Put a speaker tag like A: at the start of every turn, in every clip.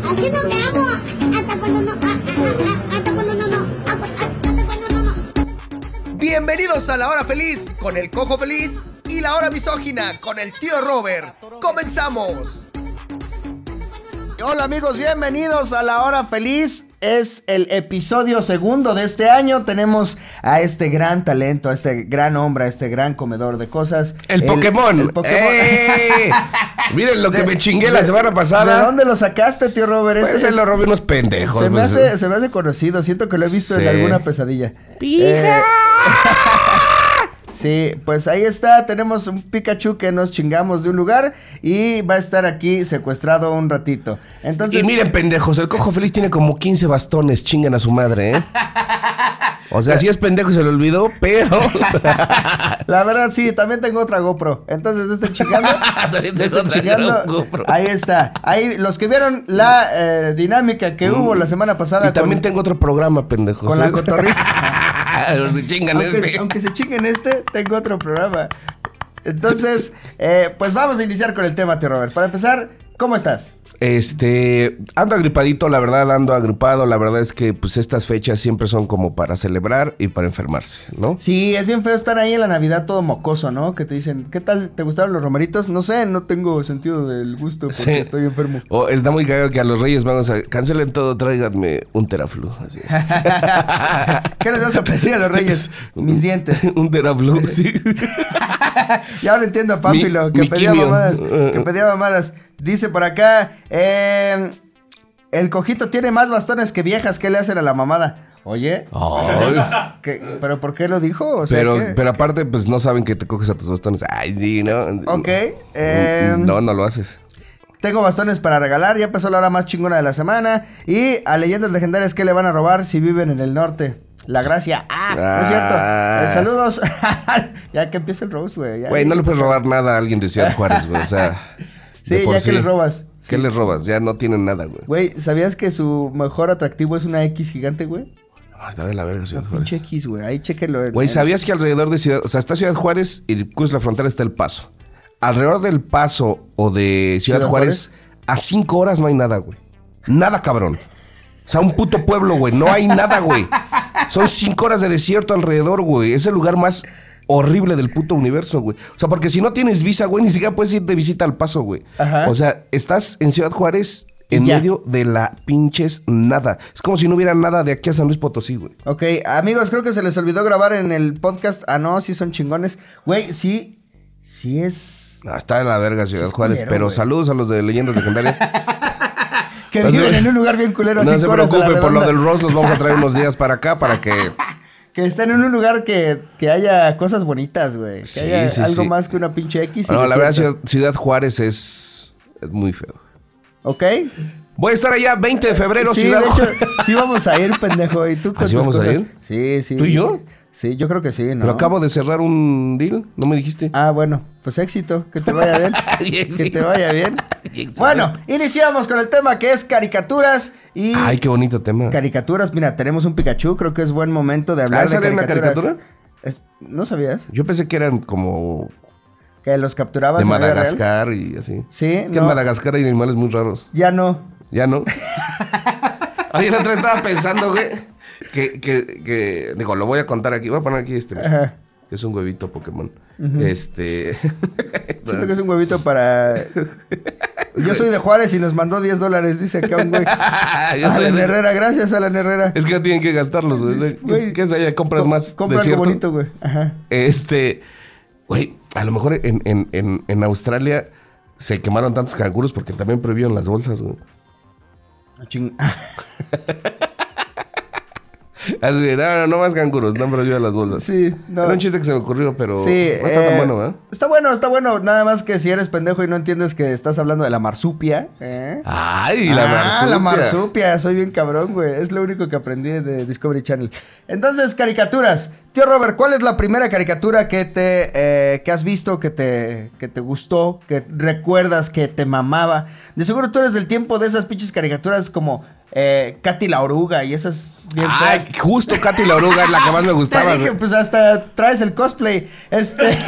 A: ¿A qué no me hago? Hasta cuando no. a- a- a- Hasta cuando no, no. a- a- Hasta cuando no, no.
B: Bienvenidos a La Hora Feliz con el Cojo Feliz y La Hora Misógina con el Tío Robert. ¡Comenzamos!
C: Hola amigos, bienvenidos a La Hora Feliz. Es el episodio segundo de este año. Tenemos a este gran talento, a este gran hombre, a este gran comedor de cosas.
D: El, Pokémon.
C: el Pokémon.
D: ¡Eh! Miren lo que me chingué la
C: De-
D: semana pasada.
C: ¿De dónde lo sacaste, tío Robert?
D: Pues
C: Ese
D: se
C: es-
D: lo robé unos pendejos.
C: se, me
D: pues.
C: hace, se me hace conocido. Siento que lo he visto
D: Sí.
C: en alguna pesadilla. Eh, Sí, pues ahí está, tenemos un Pikachu que nos chingamos de un lugar y va a estar aquí secuestrado un ratito. Entonces,
D: Y miren, pendejos, el cojo feliz tiene como 15 bastones, chingan a su madre, ¿eh? O sea, sí es pendejo y se lo olvidó, pero.
C: La verdad, sí, también tengo otra GoPro. Entonces, este chingando.
D: También tengo
C: este
D: otra gran
C: chingando
D: GoPro.
C: ahí está. Ahí, los que vieron la eh, dinámica que hubo la semana pasada.
D: Mm. Y también tengo otro programa, pendejos.
C: con la
D: ¿eh?
C: cotorriza.
D: A ver si chingan
C: aunque,
D: este.
C: aunque se chinguen este, tengo otro programa. Entonces, eh, pues vamos a iniciar con el tema, tío Robert. Para empezar, ¿cómo estás?
D: Este, ando agripadito, la verdad, ando agripado. La verdad es que, pues, estas fechas siempre son como para celebrar y para enfermarse, ¿no?
C: Sí, es bien feo estar ahí en la Navidad todo mocoso, ¿no? Que te dicen, ¿qué tal? ¿Te gustaron los romeritos? No sé, no tengo sentido del gusto porque
D: Sí.
C: estoy enfermo.
D: O está muy cagado que a los Reyes Magos a- cancelen todo, tráiganme un teraflu. Así. Ah.
C: ¿Qué les vas a pedir a los reyes? Mis dientes.
D: un teraflu, sí.
C: Y ahora entiendo a Pampilo,
D: Mi-
C: que
D: mi
C: pedía
D: quimio. Uh,
C: mamadas. Que pedía mamadas. Dice por acá, eh, el cojito tiene más bastones que viejas. ¿Qué le hacen a la mamada? Oye,
D: Ay,
C: ¿qué- ¿pero por qué lo dijo? O sea,
D: pero,
C: ¿qué?
D: pero aparte, pues no saben que te coges a tus bastones. Ay, sí, ¿no?
C: Ok, eh,
D: No, no lo haces.
C: tengo bastones para regalar. Ya empezó la hora más chingona de la semana. Y a leyendas legendarias, ¿qué le van a robar si viven en el norte? La gracia. Ah, no es cierto.
D: Ah.
C: Eh, saludos. ya que empiece el roast, güey. ya.
D: Güey, no le puedes robar nada a alguien de Ciudad Juárez, güey. O sea.
C: Sí,
D: de por
C: ya que les robas.
D: ¿Qué les robas? Ya no tienen nada, güey.
C: Güey, ¿sabías que su mejor atractivo es una X gigante, güey?
D: Ah, Está de la verga Ciudad
C: Pinche
D: Juárez.
C: X, güey. Ahí eh. chequenlo. en-
D: Güey,
C: en-
D: ¿sabías que alrededor de Ciudad, o sea, está Ciudad Juárez y cruzas la frontera está El Paso? Alrededor del Paso o de Ciudad,
C: ¿Ciudad
D: Juárez, a cinco horas no hay nada, güey. Nada, cabrón. O sea, un puto pueblo, güey. No hay nada, güey. Son cinco horas de desierto alrededor, güey. Es el lugar más horrible del puto universo, güey. O sea, porque si no tienes visa, güey, ni siquiera puedes ir de visita al Paso, güey.
C: Ajá.
D: O sea, estás en Ciudad Juárez
C: Y
D: en
C: ya.
D: medio de la pinches nada. Es como si no hubiera nada de aquí a San Luis Potosí, güey.
C: Ok, amigos, creo que se les olvidó grabar en el podcast. Ah, no, sí son chingones. Güey, sí. Sí es.
D: No, está en la verga Ciudad
C: Sí es
D: Juárez,
C: culero,
D: pero
C: güey.
D: saludos a los de Leyendas Legendarias.
C: Que
D: No se-
C: viven en un lugar bien culero. a
D: no
C: cinco
D: se
C: horas de la
D: preocupen, por lo
C: redonda.
D: del Ross los vamos a traer unos días para acá para que...
C: Que estén en un lugar que, que haya cosas bonitas, güey. Que
D: Sí,
C: haya
D: sí,
C: algo
D: sí.
C: más que una pinche X. y
D: no, la
C: desierto.
D: verdad Ciudad, Ciudad Juárez es, es muy feo.
C: Ok.
D: Voy a estar allá 20 de febrero,
C: sí,
D: Ciudad
C: de hecho,
D: Juárez.
C: sí vamos a ir, pendejo. ¿Y tú con
D: ¿Ah, sí
C: tus
D: vamos a
C: cosas?
D: ir?
C: Sí, sí.
D: ¿Tú y yo?
C: Sí, yo creo que sí, ¿no?
D: Pero acabo de cerrar un deal, ¿no me dijiste?
C: Ah, bueno, pues éxito, que te vaya bien. que te vaya bien. bueno, iniciamos con el tema que es caricaturas y
D: Ay, qué bonito tema.
C: caricaturas. Mira, tenemos un Pikachu, creo que es buen momento de hablar
D: Ah,
C: de
D: ¿sale una
C: caricaturas.
D: caricatura?
C: Es- ¿No sabías?
D: Yo pensé que eran como
C: Que los capturabas
D: de
C: en la vida real.
D: Madagascar y así.
C: Sí,
D: Es que
C: no.
D: en Madagascar hay animales muy raros.
C: Ya no.
D: Ya no. Oye, la otra estaba pensando, güey, que, que, que, digo, lo voy a contar aquí, voy a poner aquí este,
C: Ajá.
D: que es un huevito Pokémon. Este...
C: Siento que es un huevito para... Yo soy de Juárez y nos mandó 10 dólares, dice acá un güey.
D: Yo soy
C: Alan
D: de-
C: Herrera, gracias Alan Herrera.
D: Es que no tienen que gastarlos, güey.
C: Güey,
D: ¿Qué es allá? Compras
C: co-
D: más
C: Compra algo
D: desierto.
C: bonito, güey. Ajá.
D: Este, güey, a lo mejor en, en, en, en Australia se quemaron tantos canguros porque también prohibieron las bolsas, güey. Ah,
C: Ching-
D: Así de, no, no, no más canguros, no prohibieron las bolsas.
C: Sí, no.
D: Pues, Era un chiste que se me ocurrió, pero
C: Sí,
D: no está tan
C: eh,
D: bueno, ¿verdad?
C: Está bueno, está bueno. Nada más que si eres pendejo y no entiendes que estás hablando de la marsupia. ¿eh?
D: Ay, la
C: ah,
D: marsupia.
C: la marsupia. Soy bien cabrón, güey. Es lo único que aprendí de Discovery Channel. Entonces, caricaturas. Tío Robert, ¿cuál es la primera caricatura que te eh, que has visto, que te, que te gustó, que recuerdas, que te mamaba? De seguro tú eres del tiempo de esas pinches caricaturas como eh, Katy la oruga y esas bien
D: Ay,
C: feas.
D: justo Katy la oruga es la que más me
C: Te
D: gustaba.
C: dije,
D: güey.
C: pues hasta traes el cosplay. Este.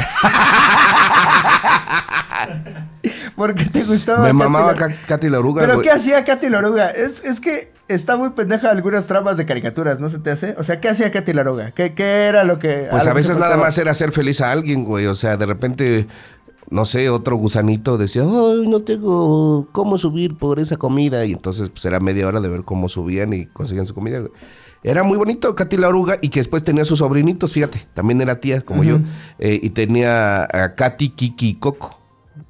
C: ¿Por qué te gustaba?
D: Me
C: Katy
D: mamaba
C: la-
D: Ka- Katy la oruga.
C: ¿Pero
D: güey.
C: qué hacía Katy la oruga? Es, es que está muy pendeja algunas tramas de caricaturas, ¿no se te hace? O sea, ¿qué hacía Katy la oruga? ¿Qué, qué era lo que.?
D: Pues
C: lo
D: a
C: que se
D: veces nada
C: portaba?
D: más era hacer feliz a alguien, güey. O sea, de repente, no sé, otro gusanito decía, ay, no tengo cómo subir por esa comida. Y entonces, pues era media hora de ver cómo subían y conseguían su comida, güey. Era muy bonito Katy la Oruga y que después tenía sus sobrinitos, fíjate, también era tía como yo. eh, y tenía a Katy, Kiki y Coco.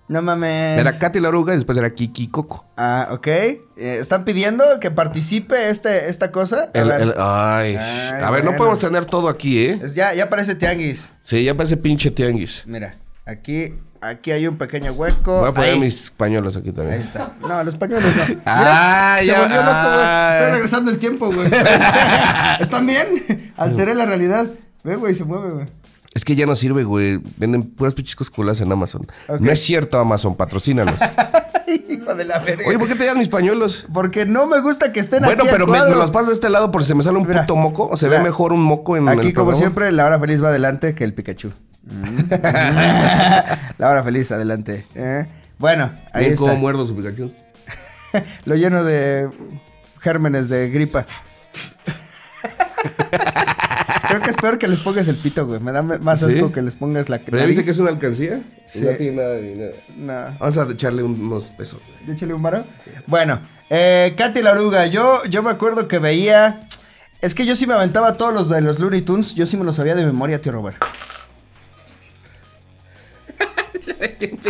C: No mames.
D: Era Katy la Oruga y después era Kiki y Coco.
C: Ah, ok. Eh, ¿Están pidiendo que participe este, esta cosa? A
D: El-
C: ver.
D: el-
C: Ay,
D: ay, a ver,
C: bueno.
D: no podemos tener todo aquí, ¿eh?
C: Es- ya, ya parece tianguis.
D: Sí, ya parece pinche tianguis.
C: Mira, aquí, aquí hay un pequeño hueco.
D: Voy a poner
C: Ahí.
D: mis pañuelos aquí también.
C: Ahí está. No, los españoles no. Mira,
D: Ah,
C: se
D: ya-
C: volvió loco, güey.
D: ah.
C: Está regresando el tiempo, güey. ¿Están bien? Alteré la realidad. Ve, güey, se mueve, güey.
D: Es que ya no sirve, güey. Venden puras pichiscos culas en Amazon.
C: Ok.
D: No es cierto, Amazon, patrocínalos.
C: Hijo de la verga.
D: Oye, ¿por qué te das mis pañuelos?
C: Porque no me gusta que estén
D: Bueno,
C: aquí.
D: pero
C: al
D: me,
C: cuadro.
D: me los paso de este lado porque se me sale un
C: Mira.
D: puto moco. ¿O se
C: Mira.
D: ve mejor un moco en
C: Aquí,
D: el
C: como
D: programa?
C: siempre, la hora feliz va adelante que el Pikachu. Mm. la hora feliz, adelante. ¿eh? Bueno, ahí
D: Miren
C: está.
D: cómo muerdo su Pikachu.
C: Lo lleno de gérmenes de gripa. Creo que es peor que les pongas el pito, güey. Me da me- más
D: ¿Sí?
C: asco que les pongas la
D: ¿Pero ya viste
C: nariz.
D: que es una alcancía?
C: Sí.
D: No tiene nada de nada.
C: No.
D: Vamos a echarle unos pesos. güey.
C: ¿Yo échale un varo? Bueno, eh, Katy la oruga. Yo, yo me acuerdo que veía... Es que yo sí me aventaba todos los de los Looney Tunes. Yo sí me los sabía de memoria, tío Robert.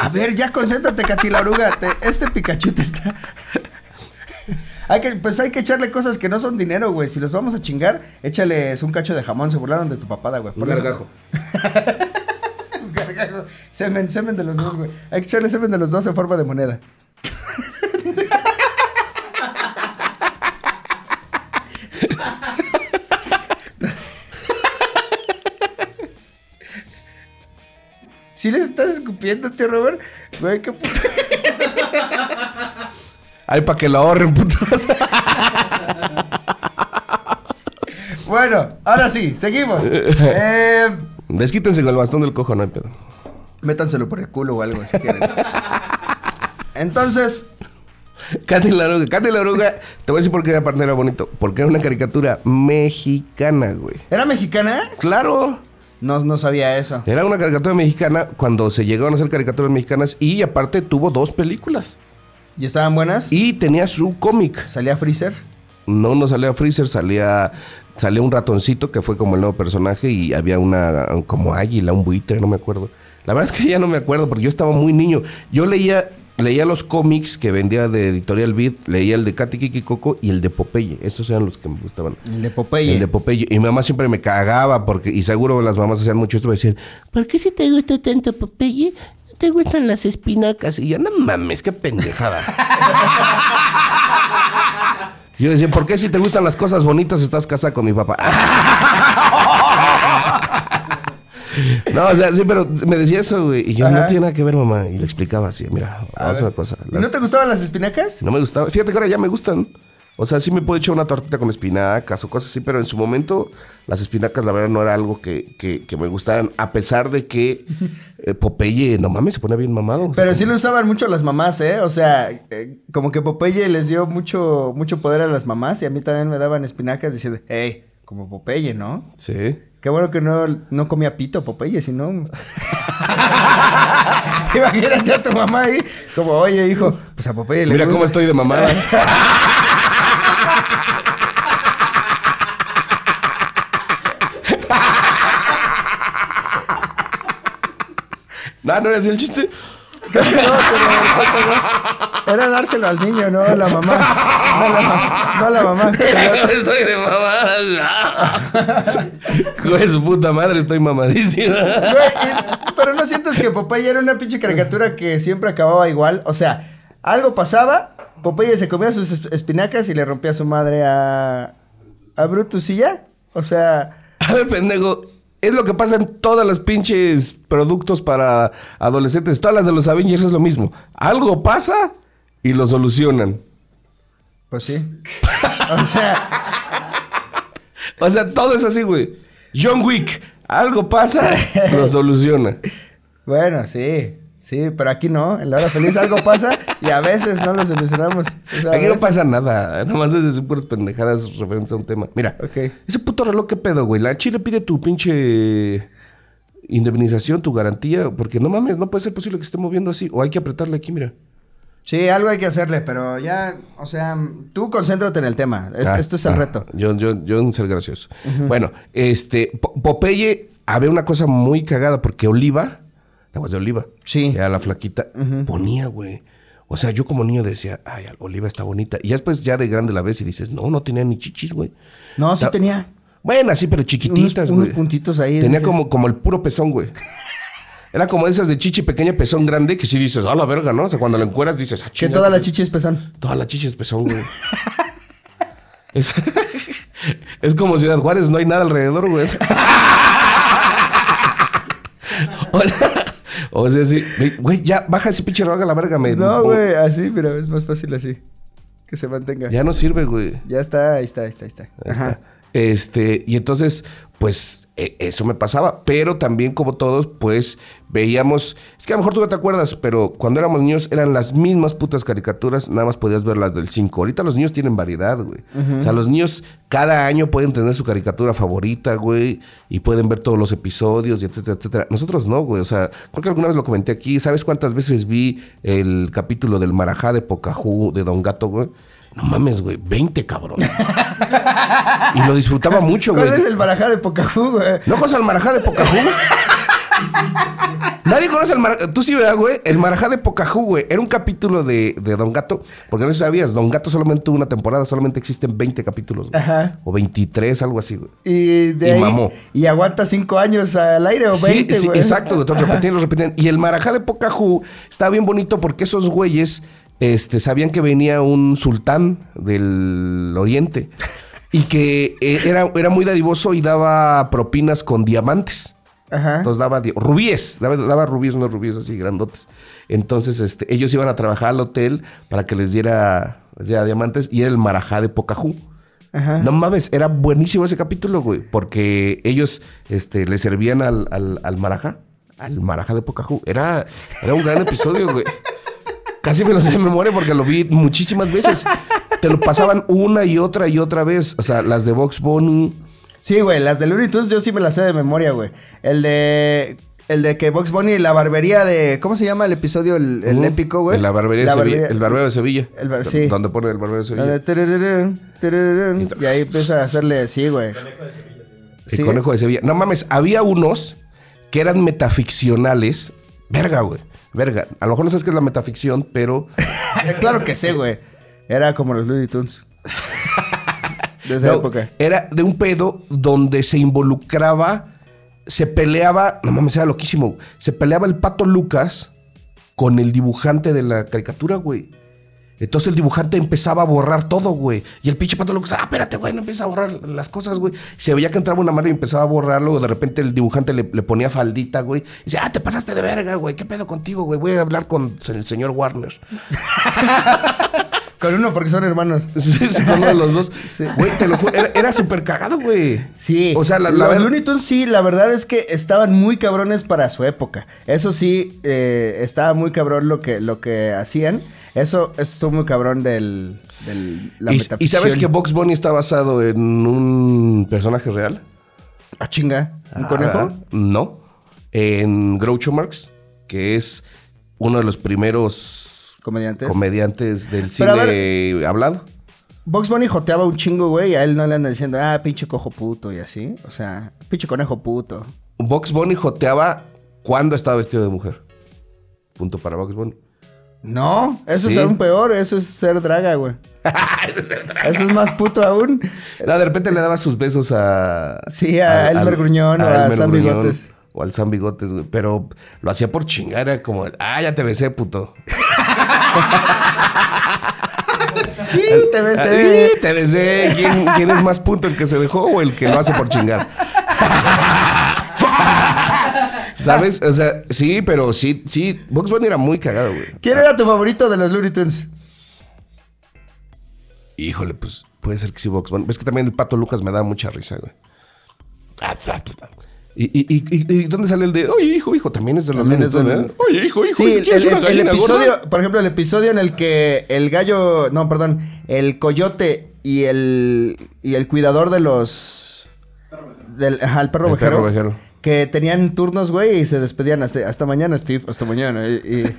C: A ver, ya concéntrate, Katy la oruga. te- este Pikachu te está... Hay que, pues hay que echarle cosas que no son dinero, güey. Si los vamos a chingar, échales un cacho de jamón. Se burlaron de tu papada, güey.
D: Un
C: Ponles-
D: gargajo.
C: un gargajo. Semen, semen de los dos, güey. Hay que echarle semen de los dos en forma de moneda. Si les estás escupiendo, tío Robert, güey, qué puto.
D: Ay, para que lo ahorren, putas.
C: Bueno, ahora sí, seguimos. Eh,
D: Desquítense con el bastón del cojo, no hay pedo.
C: métanselo por el culo o algo si quieren. Entonces,
D: Katy la oruga. Katy la oruga. Te voy a decir por qué aparte era bonito. Porque era una caricatura mexicana, güey.
C: ¿era mexicana?
D: Claro.
C: No, no sabía eso.
D: Era una caricatura mexicana cuando se llegaron a hacer caricaturas mexicanas y aparte tuvo dos películas.
C: ¿Y estaban buenas?
D: Y tenía su cómic.
C: ¿Salía Freezer?
D: No, no salía Freezer, salía, salía un ratoncito que fue como el nuevo personaje y había una como águila, un buitre, no me acuerdo. La verdad es que ya no me acuerdo porque yo estaba muy niño. Yo leía, leía los cómics que vendía de Editorial Beat, leía el de Katy Kiki Coco y el de Popeye. Esos eran los que me gustaban.
C: El de Popeye.
D: El de Popeye. Y mi mamá siempre me cagaba porque, y seguro las mamás hacían mucho esto, me decían, ¿por qué si te gusta tanto Popeye? ¿No te gustan las espinacas? Y yo, no mames, qué pendejada. yo decía, ¿por qué si te gustan las cosas bonitas estás casada con mi papá? No, o sea, sí, pero me decía eso, güey. Y yo,
C: Ajá.
D: no tiene nada que ver, mamá. Y le explicaba así, mira, haz una cosa.
C: ¿Y ¿No
D: las-
C: te gustaban las espinacas?
D: no me gustaba. Fíjate que ahora ya me gustan. O sea, sí me puedo echar una tortita con espinacas o cosas así, pero en su momento las espinacas, la verdad, no era algo que, que- que me gustaran. A pesar de que eh, Popeye, no mames, se pone bien mamado. O sea,
C: Pero sí lo usaban mucho las mamás, ¿eh? O sea, eh, como que Popeye les dio mucho, mucho poder a las mamás y a mí también me daban espinacas diciendo, hey, como Popeye, ¿no?
D: Sí.
C: Qué bueno que no, no comía pito Popeye, si no... Imagínate a tu mamá ahí, como, oye, hijo, pues a Popeye le
D: Mira
C: gusta".
D: cómo estoy de mamada. no, no era así el chiste.
C: Creo que no, pero- Era dárselo al niño, no a la mamá. No a la, ma- no a la mamá.
D: No estoy de mamadas. Güey, su puta madre, estoy mamadísima.
C: Güey, y- pero no sientes que Popeye era una pinche caricatura que siempre acababa igual. O sea, algo pasaba, Popeye se comía sus es- espinacas y le rompía su madre a. a Brutus y ya. O sea.
D: A ver, pendejo. Es lo que pasa en todas las pinches productos para adolescentes. Todas las de los Avengers es lo mismo. Algo pasa y lo solucionan.
C: Pues sí. O sea,
D: O sea, todo es así, güey. John Wick. Algo pasa, lo soluciona.
C: bueno, sí. Sí, pero aquí no. En la hora feliz algo pasa y a veces no lo solucionamos. O sea, a
D: Aquí no
C: veces-
D: pasa nada. Nomás desde súper pendejadas referencia a un tema. Mira,
C: Ok.
D: ese puto reloj, ¿qué pedo, güey? La Chile pide tu pinche indemnización, tu garantía. Porque no mames, no puede ser posible que esté moviendo así. O hay que apretarle aquí, mira.
C: Sí, algo hay que hacerle, pero ya, o sea, tú concéntrate en el tema. Es-
D: Ah,
C: esto es el
D: ah,
C: reto.
D: Yo, yo, yo en ser gracioso. Bueno, este, Po- Popeye, había una cosa muy cagada porque Oliva, la voz de Oliva,
C: Sí.
D: era la flaquita, ponía, güey. O sea, yo como niño decía, ay, Oliva está bonita. Y ya después, ya de grande la ves y dices, no, no tenía ni chichis, güey.
C: No,
D: Está-
C: sí tenía.
D: Bueno, así, pero chiquititas,
C: Unos- unos
D: güey.
C: puntitos ahí,
D: Tenía
C: dices.
D: como, como el puro pezón, güey. Era como esas de chichi pequeña, pezón grande, que si dices, a la verga, ¿no? O sea, cuando lo encueras dices, ah,
C: Que
D: chinga,
C: toda la
D: güey".
C: chichi es pezón.
D: Toda la chicha es pezón, güey. es, es como Ciudad Juárez, no hay nada alrededor, güey. o sea, o sea, sí. güey, Güey, ya baja ese pinche roga a la verga, me.
C: No, güey, así, mira, es más fácil así. Que se mantenga. Ya,
D: Ya no sirve, güey.
C: está, ahí está, ahí está, ahí está.
D: Ahí está. Este, y entonces, pues e- eso me pasaba, pero también como todos, pues veíamos, es que a lo mejor tú no te acuerdas, pero cuando éramos niños eran las mismas putas caricaturas, nada más podías ver las del 5. Ahorita los niños tienen variedad, güey. O sea, los niños cada año pueden tener su caricatura favorita, güey, y pueden ver todos los episodios, y etcétera, etcétera. Nosotros no, güey, o sea, creo que alguna vez lo comenté aquí, ¿sabes cuántas veces vi el capítulo del Marajá de Pocahú, de Don Gato, güey? No mames, güey, 20 cabrón. Y lo disfrutaba mucho, güey.
C: ¿Cuál es el barajá de Pocahú, güey?
D: ¿No conoces el marajá de Pocahú? Nadie conoce el marajá. Tú sí, ¿verdad, güey? El marajá de Pocahú, güey. Era un capítulo de, de Don Gato. Porque no sé si sabías, Don Gato solamente tuvo una temporada, solamente existen 20 capítulos, güey.
C: Ajá.
D: O 23, algo así, güey.
C: Y de
D: Y
C: ahí-
D: mamó.
C: Y aguanta cinco años al aire o
D: Sí,
C: 20,
D: sí,
C: güey.
D: exacto, güey. Todos repetían, los repetían. Y el marajá de Pocahú está bien bonito porque esos güeyes este, sabían que venía un sultán del oriente y que eh, era, era muy dadivoso y daba propinas con diamantes.
C: Ajá.
D: Entonces daba di- rubíes, daba, daba rubíes, unos rubíes así grandotes. Entonces este, ellos iban a trabajar al hotel para que les diera, les diera diamantes y era el marajá de Pocahú.
C: Ajá.
D: No mames, era buenísimo ese capítulo, güey, porque ellos este, le servían al, al, al marajá, al marajá de Pocahú. Era, era un gran episodio, güey. Casi me lo sé de memoria porque lo vi muchísimas veces. Te lo pasaban una y otra y otra vez. O sea, las de Vox Bunny.
C: Sí, güey, las de Looney Tunes yo sí me las sé de memoria, güey. El de. El de que Box Bunny, la barbería de. ¿Cómo se llama el episodio? El, el
D: Ujú.
C: épico, güey.
D: Uh, De La barbería de Sevilla. El barbero de Sevilla.
C: El bar- sí.
D: Donde pone el barbero de Sevilla.
C: La de turururún, turururún, y ahí empieza a hacerle sí, güey.
D: El
C: Sí.
D: conejo de Sevilla. No mames, había unos que eran metaficcionales. Verga, güey. Verga. A lo mejor no sabes qué es la metaficción, pero.
C: claro que sí, güey. Era como los Looney Tunes. De esa
D: no,
C: época.
D: Era de un pedo donde se involucraba, se peleaba. No mames, era loquísimo. güey. Se peleaba el pato Lucas con el dibujante de la caricatura, güey. Entonces el dibujante empezaba a borrar todo, güey. Y el pinche pato Lucas, ah, espérate, güey, no empieza a borrar las cosas, güey. Se veía que entraba una mano y empezaba a borrarlo. De repente el dibujante le, le ponía faldita, güey. Y dice, ah, te pasaste de verga, güey. ¿Qué pedo contigo, güey? Voy a hablar con el señor Warner.
C: Con uno porque son hermanos.
D: Sí, sí, con uno de los dos.
C: Sí.
D: Güey, te lo juro. Era, era súper cagado, güey.
C: Sí.
D: O sea, la, la
C: los
D: verdad-
C: Looney Tunes sí, la verdad es que estaban muy cabrones para su época. Eso sí, eh, estaba muy cabrón lo que, lo que hacían. Eso, eso estuvo muy cabrón del, del la
D: y, y
C: metaficción.
D: sabes que Box Bunny está basado en un personaje real?
C: Ah, chinga. ¿Un
D: Ah,
C: conejo?
D: No. En Groucho Marx, que es uno de los primeros
C: Comediante.
D: comediantes del
C: Pero
D: cine
C: a
D: hablado.
C: Box Bunny joteaba un chingo, güey, y a él no le andan diciendo, ah, pinche cojo puto y así. O sea, pinche conejo puto.
D: Box Bunny joteaba cuando estaba vestido de mujer. Punto para Box Bunny.
C: No, eso
D: Sí.
C: es aún peor, eso es ser draga, güey. Eso es más puto aún.
D: No, de repente le daba sus besos a.
C: Sí, a Elmer
D: al-
C: Gruñón o a
D: Elmer
C: Sam
D: Gruñón
C: Bigotes.
D: O al San Bigotes, güey. Pero lo hacía por chingar, era como, ah, ya te besé, puto.
C: Sí, te ves,
D: Ah,
C: eh.
D: ¡ih, te besé. ¿Quién, quién es más puto, el que se dejó o el que lo hace por chingar? ¿Sabes? O sea, sí, pero sí, sí. Bugs Bunny era muy cagado, güey.
C: ¿Quién era tu favorito de los Looney Tunes?
D: Híjole, pues puede ser que sí, Bugs Bunny. Es que también el pato Lucas me da mucha risa, güey. Ah, pues, ¿Y, y, y, y- y dónde sale el de, oye, hijo, hijo? También es de los
C: También es
D: Looney Tunes,
C: de-
D: ¿verdad? Oye, hijo, hijo,
C: Sí, el,
D: ¿quieres
C: el-
D: una
C: el
D: gallina
C: episodio,
D: gorda?
C: por ejemplo, el episodio en el que el gallo, no, perdón, el coyote y el y el cuidador de los del ajá, el perro
D: El
C: vejero,
D: perro vejero.
C: que tenían turnos, güey, y se despedían hasta, hasta mañana, Steve, hasta mañana y, y-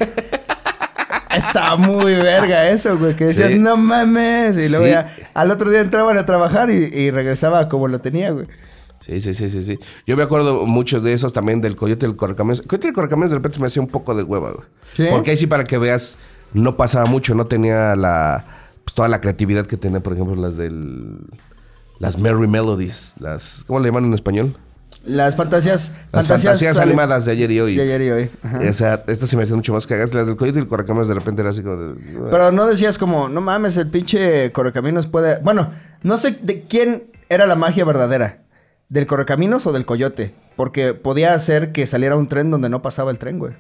C: Está muy verga eso, güey, que decías,
D: Sí.
C: no mames. Y luego
D: Sí.
C: ya al otro día entraban a trabajar y, y regresaba como lo tenía, güey.
D: Sí, sí, sí, sí, sí. Yo me acuerdo muchos de esos también del Coyote y el Correcaminos. El Coyote y el Correcaminos de repente se me hacía un poco de hueva, güey.
C: ¿Sí?
D: Porque ahí sí para que veas, no pasaba mucho, no tenía la pues, toda la creatividad que tenía, por ejemplo, las del las Merry Melodies, las ¿cómo le llaman en español?
C: Las fantasías,
D: Las fantasías,
C: ale-
D: animadas de ayer y hoy.
C: de ayer y hoy. ajá.
D: O sea, estas se me hacían mucho más cagas. Las del Coyote y el Correcaminos de repente era así como de...
C: Pero no decías como, no mames, el pinche Correcaminos puede. Bueno, no sé de quién era la magia verdadera. ¿Del Correcaminos o del Coyote? Porque podía hacer que saliera un tren donde no pasaba el tren, güey.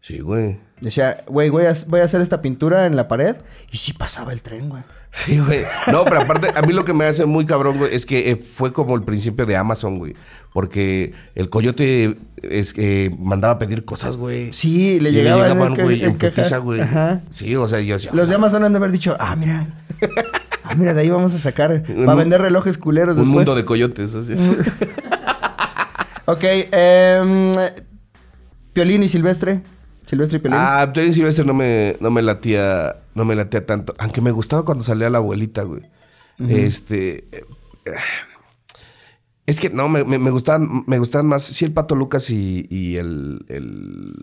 D: Sí, güey.
C: Decía, güey, voy a, voy a hacer esta pintura en la pared. Y sí pasaba el tren, güey.
D: Sí, güey. No, pero aparte, a mí lo que me hace muy cabrón, güey, es que eh, fue como el principio de Amazon, güey. Porque el coyote es que mandaba a pedir cosas, güey.
C: Sí, le
D: Y
C: llegaban en ca-
D: güey,
C: en
D: en putiza,
C: caja.
D: güey.
C: Ajá.
D: Sí, o sea, yo decía,
C: Los de Amazon han de haber dicho, ah, mira. Ah, mira, de ahí vamos a sacar.
D: Un
C: Para
D: mu-
C: vender relojes culeros
D: un
C: después.
D: mundo de coyotes. así.
C: Ok, em, Piolín y Silvestre. Silvestre y Piolín.
D: ah, Terry Silvestre no me, no me latía, no me latía tanto. Aunque me gustaba cuando salía la abuelita, güey. Este... eh, Es que no, me, me, me gustaban, me gustaban más, sí, el Pato Lucas y, y el, el,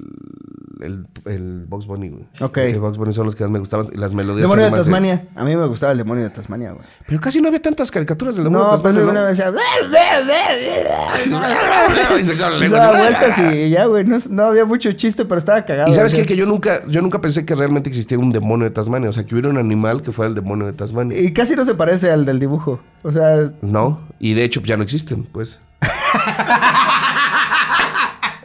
D: el, el Box Bunny, güey.
C: Ok.
D: El Box Bunny son los que más me gustaban, y las melodías.
C: Demonio de
D: además
C: Tasmania. A mí me gustaba el demonio de Tasmania, güey.
D: Pero casi no había tantas caricaturas del Demonio de
C: No, pues
D: Tasmania,
C: una
D: ¿no?
C: vez decía...
D: Y se quedaba la
C: Se
D: lengua
C: Pues daba
D: así.
C: vueltas y ya, güey. No, no había mucho chiste, pero estaba cagado.
D: Y sabes
C: güey.
D: qué? que yo nunca, yo nunca pensé que realmente existía un demonio de Tasmania, o sea, que hubiera un animal que fuera el demonio de Tasmania.
C: Y casi no se parece al del dibujo. O sea,
D: No, y de hecho pues, ya no existen, pues.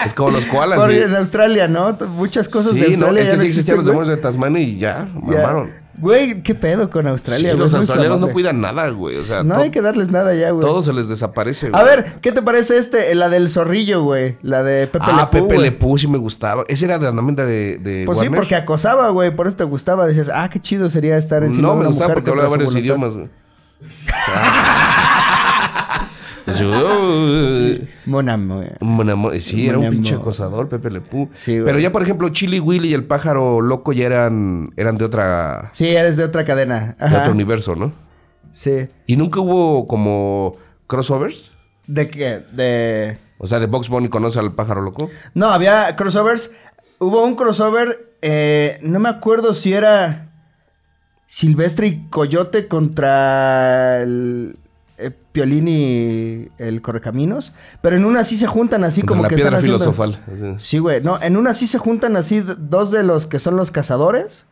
D: es como los koalas.
C: por-
D: sí.
C: en Australia, ¿no? T- Muchas cosas
D: sí,
C: de Australia.
D: no, es
C: ya
D: que sí
C: existen,
D: existían los demonios de Tasmania y ya,
C: Ya.
D: mamaron.
C: Güey, ¿qué pedo con Australia?
D: Sí,
C: güey?
D: los
C: Es muy
D: australianos no
C: flamante.
D: cuidan nada, güey. O sea,
C: No
D: to-
C: hay que darles nada ya, güey.
D: todo se les desaparece,
C: A
D: güey.
C: ver, ¿qué te parece este? La del zorrillo, güey. La de Pepe Le
D: ah,
C: Pew,
D: Pepe
C: güey.
D: Le Pew sí me gustaba. Ese era de la menda de, de
C: Pues sí,
D: Warner.
C: porque acosaba, güey. Por eso te gustaba. Decías, ah, qué chido sería estar encima
D: No,
C: de
D: me
C: una
D: gustaba
C: mujer
D: porque
C: contra
D: hablaba
C: su
D: varios
C: voluntad.
D: idiomas, güey. Así, "Oh,
C: Mon amour.
D: Mon amor. Sí, era un
C: Mon
D: pinche
C: amor.
D: acosador, Pepe Le Pew.
C: Sí, güey.
D: Pero ya, por ejemplo, Chili Willy y el pájaro loco ya eran, eran de otra.
C: Sí, eres de otra cadena.
D: de
C: Ajá.
D: otro universo, ¿no?
C: Sí.
D: Y nunca hubo como crossovers.
C: ¿De qué? De.
D: O sea, de Box Bunny conoce al pájaro loco.
C: No, había crossovers. Hubo un crossover. eh, no me acuerdo si era. Silvestre y Coyote contra el. eh, Piolín y el Correcaminos. Pero en una sí se juntan así
D: Contra
C: como
D: la
C: que
D: piedra
C: están haciendo-
D: filosofal. Así.
C: Sí, güey. No, en una sí se juntan así d- dos de los que son los cazadores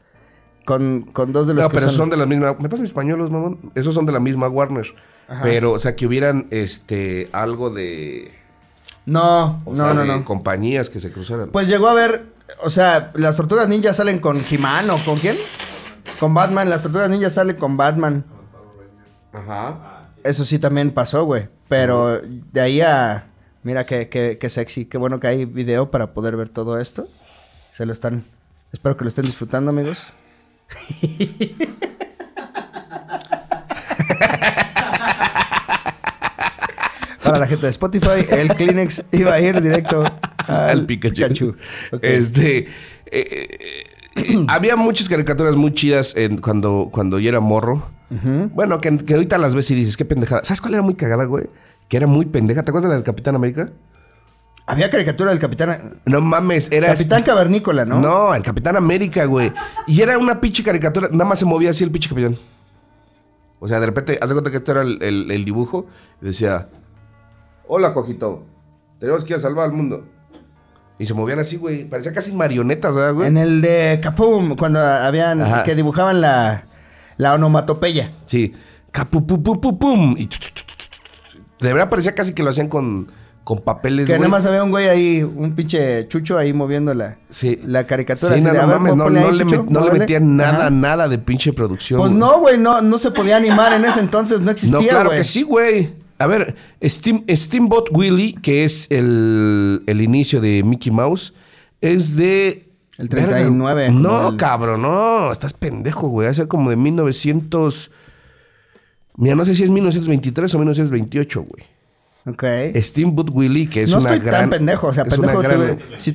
C: con, con dos de los
D: No,
C: que
D: pero esos son de la misma. ¿Me pasan mis pañuelos, mamón? Esos son de la misma Warner. Pero, o sea, que hubieran este algo de.
C: No,
D: o
C: no,
D: sea,
C: no,
D: de
C: no.
D: compañías que se cruzaran.
C: Pues llegó a ver, o sea, las tortugas ninjas salen con He-Man o con quién? Con Batman, las tortugas ninjas salen con Batman.
D: Ajá.
C: Eso sí también pasó, güey. Pero de ahí a. Mira qué, qué, qué sexy. Qué bueno que hay video para poder ver todo esto. Se lo están. Espero que lo estén disfrutando, amigos. Para la gente de Spotify, el Kleenex iba a ir directo al,
D: Al Pikachu.
C: Ok.
D: Este. eh, eh, había muchas caricaturas muy chidas en- cuando, cuando yo era morro. Bueno, que, que ahorita las ves y dices, qué pendejada. ¿Sabes cuál era muy cagada, güey? Que era muy pendeja. ¿Te acuerdas de la del Capitán América?
C: Había caricatura del Capitán.
D: No mames, era.
C: Capitán Cavernícola, ¿no?
D: ¿no? el Capitán América, güey. Y era una pinche caricatura, nada más se movía así el pinche capitán. O sea, de repente, haz de cuenta que este era el, el- el dibujo y decía: Hola, cojito, tenemos que ir a salvar al mundo. Y se movían así, güey. Parecía casi marionetas, ¿verdad, güey?
C: En el de Capum, cuando habían.
D: Ajá.
C: que dibujaban la. la onomatopeya.
D: Sí. Capupupupupum. Y chu, chu, chu, chu, chu, chu. de verdad parecía casi que lo hacían con, con papeles,
C: Que
D: güey.
C: nada más había un güey ahí, un pinche chucho ahí moviendo la,
D: Sí.
C: la caricatura.
D: Sí,
C: así
D: no,
C: de, a
D: no
C: ver,
D: mames, no,
C: ponle
D: no
C: ahí,
D: le,
C: chucho,
D: met- no le
C: muévele.
D: metían nada,
C: Ajá.
D: nada de pinche producción.
C: Pues
D: güey.
C: no, güey, no, no se podía animar en ese entonces, no existía,
D: No,
C: güey.
D: claro que sí, güey. A ver, Steam, Steamboat Willie, que es el, el inicio de Mickey Mouse, es de...
C: El 39,
D: Verga, No,
C: como el-
D: cabrón, no. Estás pendejo, güey. Hace como de 1900... Mira, no sé si es 1923 o 1928, güey.
C: Ok.
D: Steamboat Willie, que es
C: no
D: una
C: estoy
D: gran...
C: tan pendejo, o sea,
D: es
C: pendejo.
D: una gran-
C: tuve- sí,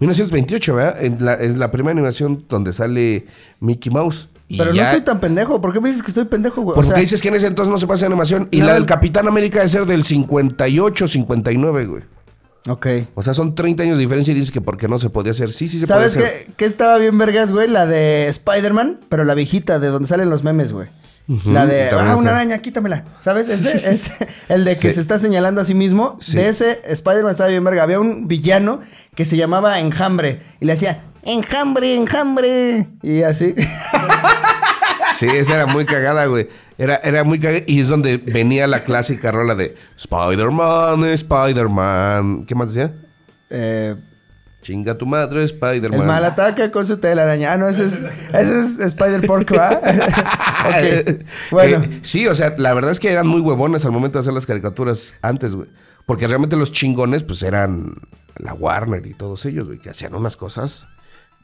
D: 1928, ¿verdad? Es la, es la primera animación donde sale Mickey Mouse. Y
C: pero no
D: ya-
C: estoy tan pendejo, ¿por qué me dices que estoy pendejo, güey? O
D: Porque
C: sea,
D: dices que en ese entonces no se pasa animación. Y
C: No,
D: la
C: el-
D: del Capitán América debe ser del 58, 59, güey.
C: Ok.
D: O sea, son 30 años de diferencia y dices que porque no se podía hacer. Sí, sí se podía
C: ¿Sabes
D: hacer.
C: qué, qué estaba bien vergas, güey? La de Spider-Man, pero la viejita, de donde salen los memes, güey. La de,
D: también
C: ah, una
D: está.
C: araña, quítamela. ¿Sabes? Ese- ese- el de que
D: Sí.
C: se está señalando a sí mismo.
D: Sí.
C: De ese Spider-Man estaba bien verga. Había un villano que se llamaba Enjambre. Y le hacía, enjambre, enjambre. Y así.
D: Sí, esa era muy cagada, güey. Era, era muy cagada. Y es donde venía la clásica rola de Spider-Man, Spider-Man. ¿Qué más decía?
C: Eh,
D: Chinga tu madre,
C: el
D: Spider-Man.
C: mal ataca con su telaraña. Ah, no, ese es, ese es Spider-Pork, ¿va? Ok. Bueno.
D: Eh, sí, o sea, la verdad es que eran muy huevones al momento de hacer las caricaturas antes, güey. Porque realmente los chingones, pues eran la Warner y todos ellos, güey, que hacían unas cosas.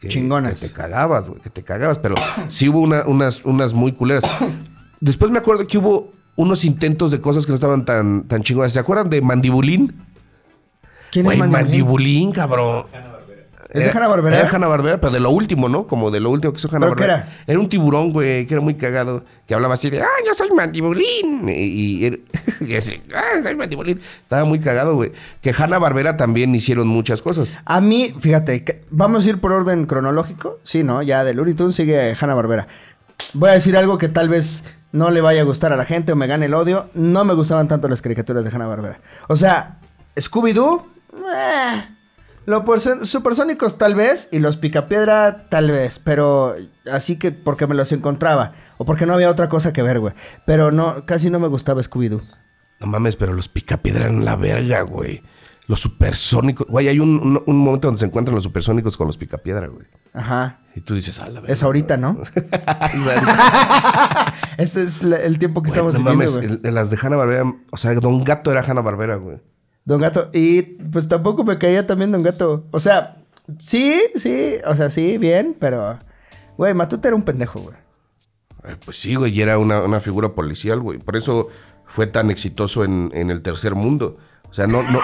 D: Que,
C: Chingonas.
D: Que te cagabas, güey, que te cagabas. Pero sí hubo una- unas, unas muy culeras. Después me acuerdo que hubo unos intentos de cosas que no estaban tan, tan chingonas. ¿Se acuerdan de Mandibulín?
C: ¿Quién es
D: Güey,
C: Mandibulín?
D: Mandibulín, cabrón.
C: ¿Es de
D: Era-
C: Hanna-Barbera?
D: Era Hanna-Barbera, pero de lo último, ¿no? Como de lo último que hizo Hanna-Barbera.
C: ¿Pero qué
D: era? un tiburón, güey, que era muy cagado, que hablaba así de, ah, yo soy mandibulín. Y, y era- y así, ah, soy mandibulín. Estaba muy cagado, güey. Que Hanna-Barbera también hicieron muchas cosas.
C: A mí, fíjate, que- vamos a ir por orden cronológico. Sí, ¿no? Ya de Looney Tunes sigue Hanna-Barbera. Voy a decir algo que tal vez no le vaya a gustar a la gente o me gane el odio. No me gustaban tanto las caricaturas de Hanna-Barbera. O sea, Scooby-Doo. eh, Los perso- supersónicos tal vez y los picapiedra tal vez, pero así que porque me los encontraba o porque no había otra cosa que ver, güey. Pero no, casi no me gustaba Scooby-Doo.
D: No mames, pero los picapiedra en la verga, güey. Los supersónicos. Güey, hay un, un- un momento donde se encuentran los supersónicos con los picapiedra, güey.
C: Ajá.
D: Y tú dices, ah, la verga.
C: Es ahorita, ¿no?
D: O sea,
C: Ese es la- el tiempo que
D: güey,
C: estamos
D: no
C: viviendo,
D: mames,
C: güey.
D: el- el- las de Hanna-Barbera, o sea, Don Gato era Hanna-Barbera, güey.
C: Don Gato. Y pues tampoco me caía también Don Gato. O sea, sí, sí, o sea, sí, bien, pero. Güey, Matute era un pendejo, güey.
D: Eh, Pues sí, güey, y era una, una figura policial, güey. Por eso fue tan exitoso en, en el tercer mundo. O sea, no, no, no,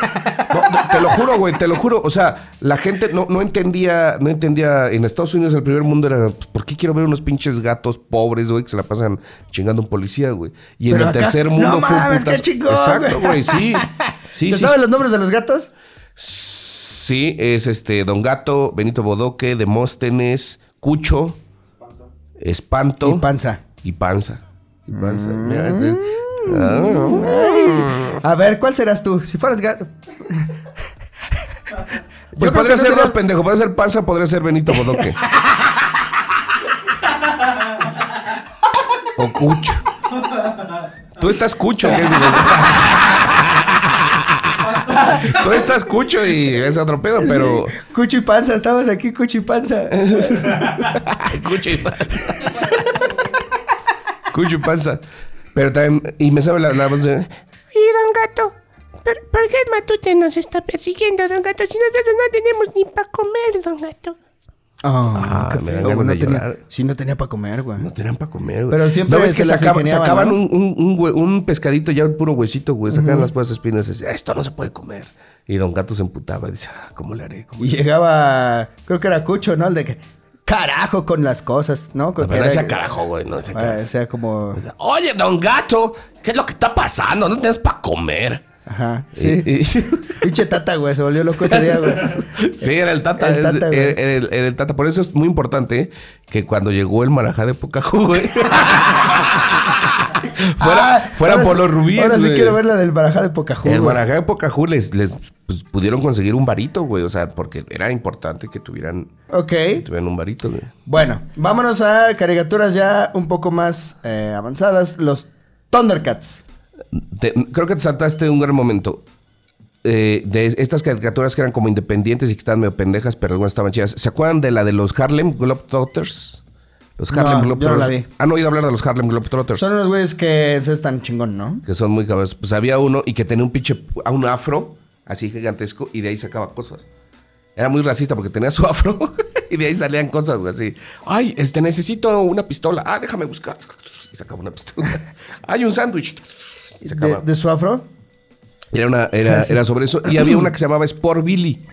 D: no, te lo juro, güey, te lo juro. O sea, la gente no, no entendía, no entendía. En Estados Unidos el primer mundo era, pues, ¿por qué quiero ver unos pinches gatos pobres, güey, que se la pasan chingando a un policía, güey? Y en
C: Pero
D: el
C: acá,
D: tercer
C: ¡no
D: mundo fue un
C: mames, qué
D: putazo.
C: chingón,
D: Exacto,
C: güey!
D: güey, sí. Sí,
C: ¿Te
D: sí,
C: sabes los nombres de los gatos?
D: Sí, es este Don Gato, Benito Bodoque, Demóstenes, Cucho, Espanto.
C: Y Mm. Panza.
D: Y Panza. Y Panza. Mira, este-
C: A ver, ¿cuál serás tú? Si fueras gato.
D: Pues
C: Yo creo que
D: podría
C: no
D: ser
C: serás-
D: dos pendejos. Podría ser Panza, podría ser Benito Bodoque. o Cucho. Tú estás Cucho, que es Tú estás Cucho y es otro pedo, pero...
C: Cucho y Panza, estabas aquí, Cucho y Panza.
D: Cucho y panza. Cucho y panza. Pero también, y me sabe la, la voz de.
E: Oye, don gato, ¿por, por qué el matute nos está persiguiendo, don gato? Si nosotros no tenemos ni para comer, don gato.
C: ah,
D: qué feo, güey, no tenía-
C: Sí, no tenía para comer, güey.
D: No tenían para comer, güey.
C: Pero siempre
D: ¿No ves
C: se
D: que
C: las
D: sacaba-
C: ingeniaban,
D: sacaban
C: ¿no?
D: un, un- un hue- un pescadito ya el puro huesito, güey. Sacaban las puras espinas y decían, esto no se puede comer. Y don gato se emputaba y dice, ah, ¿cómo le haré? ¿Cómo
C: Y llegaba, creo que era Cucho, ¿no? El de que, carajo con las cosas, ¿no?
D: le
C: Creo
D: haré?".
C: que
D: Pero no
C: era-
D: decía carajo, güey. No decía
C: Ah,
D: carajo.
C: O sea, como.
D: Oye, don gato, ¿qué es lo que está pasando? No tienes para comer.
C: Ajá. Sí.
D: Y- y-
C: Pinche tata, güey, se volvió loco ese día, güey.
D: Sí, era el Tata.
C: El Tata,
D: es-
C: güey.
D: era, era el, era el Tata. Por eso es muy importante eh, que cuando llegó el Marajá de Pocahú, güey. fuera
C: Ah,
D: fuera
C: ahora
D: por
C: sí-
D: los rubíes,
C: Ahora sí
D: güey.
C: quiero ver la del barajá de Pocahú.
D: El
C: güey.
D: Marajá de Pocahú les, les pues, pudieron conseguir un varito, güey. O sea, porque era importante que tuvieran,
C: Ok.
D: que tuvieran un varito, güey.
C: Bueno, vámonos a caricaturas ya un poco más eh, avanzadas. Los Thundercats.
D: Te- creo que te saltaste un gran momento. eh, de estas caricaturas que eran como independientes y que estaban medio pendejas, pero algunas estaban chidas. ¿Se acuerdan de la de los Harlem Globetrotters? Los Harlem
C: No, yo no
D: Globetrotters.
C: la vi.
D: ¿Han oído hablar de los Harlem Globetrotters?
C: Son unos güeyes que se están chingón, ¿no?
D: Que son muy cabros. Pues había uno y que tenía un pinche, a un afro así gigantesco y de ahí sacaba cosas. Era muy racista porque tenía su afro y de ahí salían cosas, güey, así. Ay, este, necesito una pistola. Ah, déjame buscar. Y sacaba una pistola. Hay un sándwich. Y
C: De,
D: sacaba.
C: de su afro.
D: Era, una, era, era sobre eso. Y había una que se llamaba Sport Billy.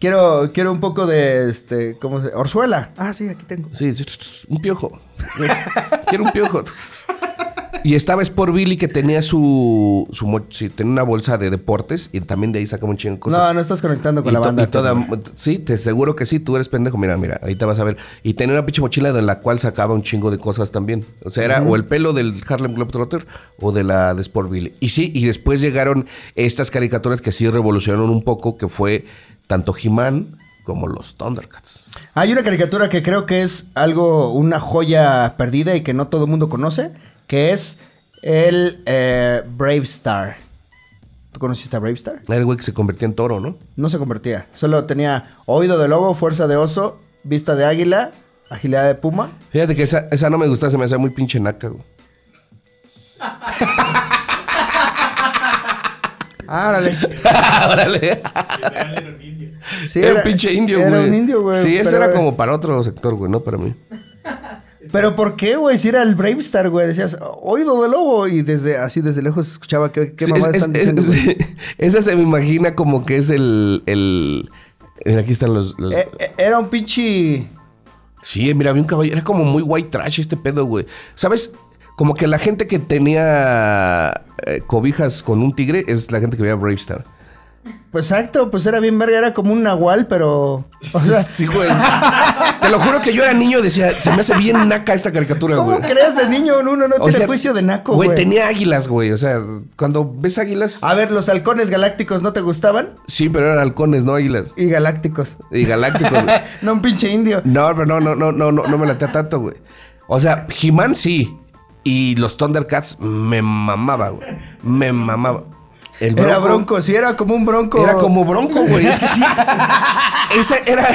C: Quiero, quiero un poco de este, ¿cómo se? Orzuela. Ah, sí, aquí tengo.
D: Sí, un piojo. Quiero un piojo. Y estaba Sport Billy que tenía su, su mo- sí, tenía una bolsa de deportes y también de ahí sacaba un chingo de cosas.
C: No, no estás conectando con
D: Y
C: la
D: to-
C: banda.
D: y toda-
C: Timo.
D: sí, te seguro que sí, tú eres pendejo. Mira, mira, ahí te vas a ver. Y tenía una pinche mochila de la cual sacaba un chingo de cosas también. O sea, era o el pelo del Harlem Globetrotter o de la de Sportville. Y sí, y después llegaron estas caricaturas que sí revolucionaron un poco, que fue tanto He-Man como los Thundercats.
C: Hay una caricatura que creo que es algo, una joya perdida y que no todo el mundo conoce, que es el eh, Brave Star. ¿Tú conociste a Brave Star?
D: Era el güey que se convirtió en toro, ¿no?
C: No se convertía, solo tenía oído de lobo, fuerza de oso, vista de águila, agilidad de puma.
D: Fíjate que esa, esa no me gusta, se me hace muy pinche naca, güey.
C: Árale.
D: Órale.
C: Sí,
D: era un pinche indio, güey.
C: Era un indio, güey.
D: Sí, ese
C: pero-
D: era como para otro sector, güey, no para mí.
C: Pero ¿por qué, güey? Si era el Brave Star, güey. Decías, oído de lobo. Y desde así, desde lejos escuchaba qué, qué
D: Sí,
C: mamá
D: es-
C: están
D: es- es-
C: diciendo, güey.
D: Esa se me imagina como que es el. el mira, aquí están los. los-
C: Eh, eh, Era un pinche...
D: Sí, mira, había un caballo. Era como muy white trash este pedo, güey. ¿Sabes? Como que la gente que tenía eh, cobijas con un tigre es la gente que veía Brave Star.
C: Pues exacto, pues era bien verga, era como un nahual, pero... O sea,
D: sí, güey. Te lo juro que yo era niño y decía, se me hace bien naca esta caricatura,
C: ¿cómo
D: güey.
C: crees de niño? Uno no
D: O
C: tiene
D: sea,
C: juicio de naco,
D: Güey,
C: güey. Ah.
D: tenía águilas, güey. O sea, cuando ves águilas.
C: A ver, ¿los halcones galácticos no te gustaban?
D: Sí, pero eran halcones, no águilas.
C: Y galácticos.
D: Y galácticos. güey.
C: no un pinche indio.
D: No, pero no, no, no, no, no, no me latea tanto, güey. O sea, He-Man sí. Y los Thundercats me mamaba, güey. Me mamaba. El
C: Era bronco, sí, era como un bronco.
D: Era como bronco, güey. Es que sí. Esa era.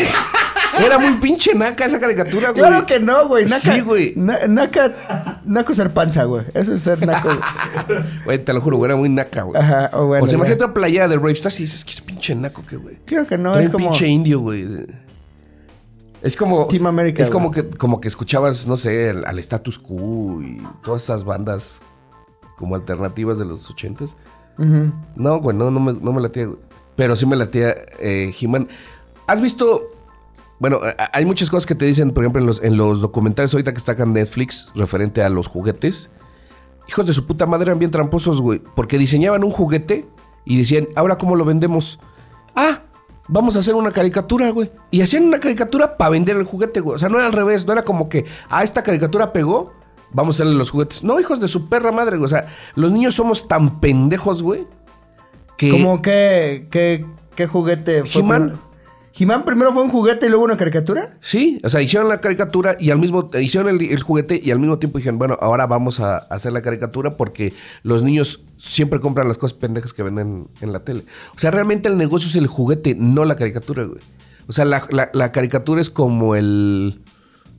D: Era muy pinche naca esa caricatura, güey.
C: Claro que no, güey. Naca,
D: Sí, güey.
C: na- naca, naco ser panza, güey. Eso es ser naco. güey.
D: Güey, te lo juro, güey, era muy naca, güey.
C: Ajá, o bueno,
D: O sea,
C: ya.
D: imagínate una playera de Brave Stars y dices que es pinche naco, que güey.
C: Claro que no,
D: Trae
C: es
D: un
C: como-
D: pinche indio, güey. Es como.
C: Team America,
D: Es como
C: güey.
D: que, como que escuchabas, no sé, al, al status quo y todas esas bandas como alternativas de los ochentas.
C: Ujú.
D: No, güey, no, no me, no me latía, güey. Pero sí me latía eh, He-Man. ¿Has visto...? Bueno, a- a- hay muchas cosas que te dicen, por ejemplo, en los, en los documentales ahorita que sacan Netflix referente a los juguetes. Hijos de su puta madre eran bien tramposos, güey. Porque diseñaban un juguete y decían, ¿ahora cómo lo vendemos? Ah, vamos a hacer una caricatura, güey. Y hacían una caricatura para vender el juguete, güey. O sea, no era al revés, no era como que, ah, esta caricatura pegó, vamos a hacerle los juguetes. No, hijos de su perra madre, güey. O sea, los niños somos tan pendejos, güey. Que...
C: ¿Cómo qué, qué, qué juguete fue?
D: He-Man.
C: primero? ¿He-Man primero fue un juguete y luego una caricatura?
D: Sí, o sea, hicieron la caricatura y al mismo eh, hicieron el, el juguete y al mismo tiempo dijeron, bueno, ahora vamos a hacer la caricatura porque los niños siempre compran las cosas pendejas que venden en la tele. O sea, realmente el negocio es el juguete, no la caricatura, güey. O sea, la, la- la caricatura es como el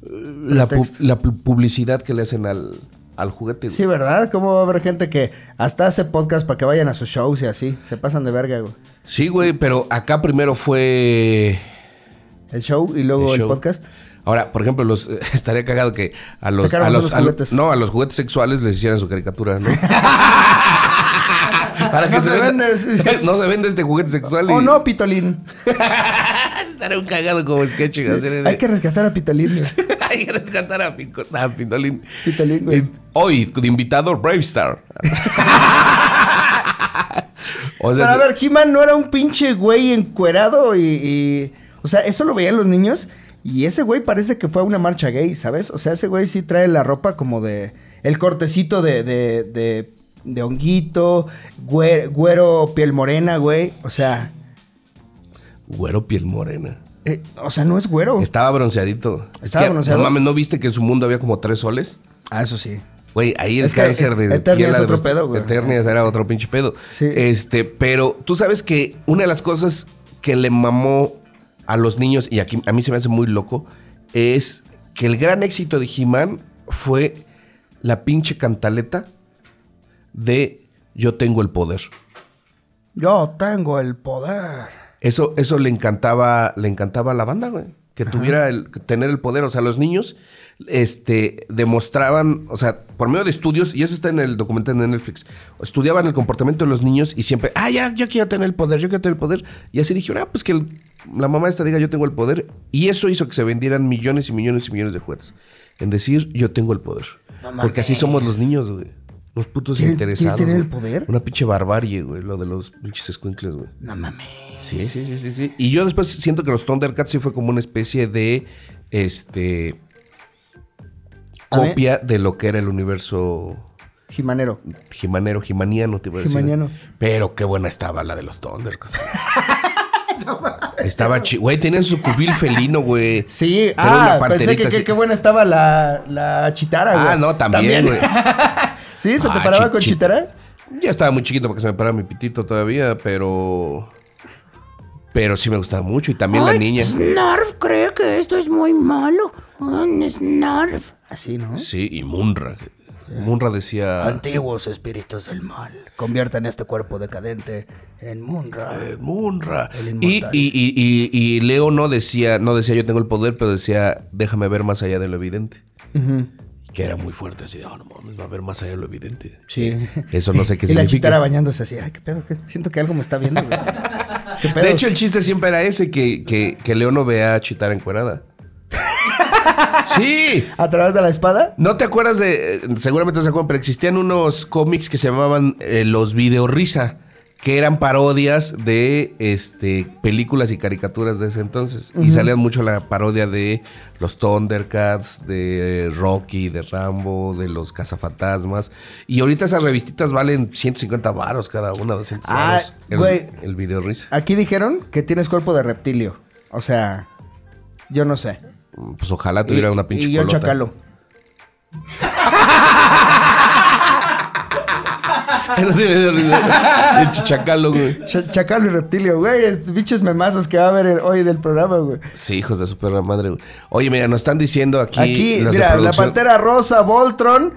D: la, pu-
C: Pretexto.
D: la pu- publicidad que le hacen al, al juguete. güey.
C: Sí, ¿verdad? ¿Cómo va a haber gente que hasta hace podcast para que vayan a sus shows y así? Se pasan de verga, güey.
D: Sí, güey, pero acá primero fue
C: El show y luego el,
D: show.
C: podcast.
D: Ahora, por ejemplo, los, eh, estaría cagado que a los,
C: Sacaron
D: a los,
C: los
D: a lo-
C: juguetes.
D: no, a los juguetes sexuales les hicieran su caricatura, ¿no? Para
C: No se
D: venda-
C: vende, sí.
D: no se vende este juguete sexual. y-
C: ¡Oh, no, Pitolín!
D: Estaría un cagado como sketch. hacer ese-
C: Hay que rescatar a Pitolín. güey.
D: Hay que rescatar a, Pinco, a Pindolín.
C: Pitolín, güey.
D: Y Hoy, de invitado, Brave Star. o sea,
C: Pero a ver, He-Man no era un pinche güey encuerado y, y- O sea, eso lo veían los niños. Y ese güey parece que fue a una marcha gay, ¿sabes? O sea, ese güey sí trae la ropa como de. El cortecito de. de, de, de honguito, güero, güero, piel morena, güey. O sea.
D: güero piel morena.
C: eh, o sea, no es güero.
D: Estaba bronceadito. Es
C: Estaba
D: que,
C: bronceado.
D: No mames, ¿no viste que en su mundo había como tres soles?
C: Ah, eso sí.
D: Güey, ahí el
C: Es que
D: cáncer de
C: Eternia
D: piel
C: es otro
D: adver-
C: pedo, güey.
D: Eternia era otro pinche pedo.
C: Sí.
D: Este, pero tú sabes que una de las cosas que le mamó a los niños, y aquí a mí se me hace muy loco, es que el gran éxito de He-Man fue la pinche cantaleta de Yo tengo el poder.
C: Yo tengo el poder.
D: Eso, eso le encantaba, le encantaba a la banda, güey. Que tuviera el, que tener el poder. O sea, los niños este, demostraban, o sea, por medio de estudios, y eso está en el documental de Netflix, estudiaban el comportamiento de los niños y siempre, ah, ya, yo quiero tener el poder, yo quiero tener el poder. Y así dijeron, ah, pues que el- la mamá esta diga, yo tengo el poder. Y eso hizo que se vendieran millones y millones y millones de juguetes. En decir, yo tengo el poder. Porque así somos los niños, güey. Los putos
C: ¿Quieres-
D: interesados.
C: quieres tener
D: güey.
C: el poder?
D: Una pinche barbarie, güey, lo de los pinches escuincles, güey.
C: No mames.
D: Sí, sí, sí, sí, sí. Y yo después siento que los Thundercats sí fue como una especie de este
C: A ver.
D: copia de lo que era el universo
C: Jimanero.
D: gimanero, gimaniano, te iba a decir.
C: Jimaniano.
D: Pero qué buena estaba la de los Thundercats. estaba chi, güey, tenían su cubil felino, güey.
C: Sí,
D: Pero
C: ah,
D: una
C: pensé que
D: panterita
C: qué
D: así.
C: qué buena estaba la, la chitara, güey.
D: Ah, no, también, güey.
C: ¿Sí? ¿Se te
D: Ah,
C: paraba
D: chi-
C: con
D: chi-
C: chitara?
D: Ya estaba muy chiquito porque se me paraba mi pitito todavía, pero pero sí me gustaba mucho y también la
E: Ay,
D: niña.
C: pues,
E: Snarf cree que esto es muy malo. Un Snarf.
C: Así, ¿no?
D: Sí, y Munra. Munra decía.
C: Antiguos espíritus del mal, conviertan este cuerpo decadente en Munra.
D: eh, Munra.
C: El
D: Y,
C: inmortal.
D: y- y- y- y Leo no decía, no decía yo tengo el poder, pero decía déjame ver más allá de lo evidente. Que era muy fuerte, así de, "Ah, no mames, va a ver más allá de lo evidente.
C: Sí.
D: Eso no sé qué
C: y la chitara
D: significa.
C: bañándose así. Ay, qué pedo, qué- siento que algo me está viendo, güey. ¿Qué pedo?
D: De hecho, el chiste siempre era ese, que, que, que Leo no vea a Chitara encuerada. sí.
C: ¿a través de la espada?
D: ¿No te acuerdas de.? eh, Seguramente no se acuerdan, pero existían unos cómics que se llamaban eh, Los Video Risa, que eran parodias de este, películas y caricaturas de ese entonces. Y salían mucho la parodia de los Thundercats, de Rocky, de Rambo, de los Cazafantasmas. Y ahorita esas revistitas valen 150 varos cada una, 200
C: Ah,
D: varos. el,
C: güey.
D: el Video Risa.
C: Aquí dijeron que tienes cuerpo de reptilio. O sea, yo no sé.
D: Pues ojalá tuviera
C: Y-
D: una pinche
C: Y yo
D: colota.
C: chacalo.
D: Eso sí me dio risa. El chachacalo, güey.
C: Ch- chacalo y reptilio, güey. es- Biches memazos que va a haber el- hoy del programa, güey.
D: Sí, hijos de su perra madre. güey. Oye, mira, nos están diciendo aquí.
C: Aquí,
D: los de
C: mira, la
D: producción-
C: pantera rosa, Voltron,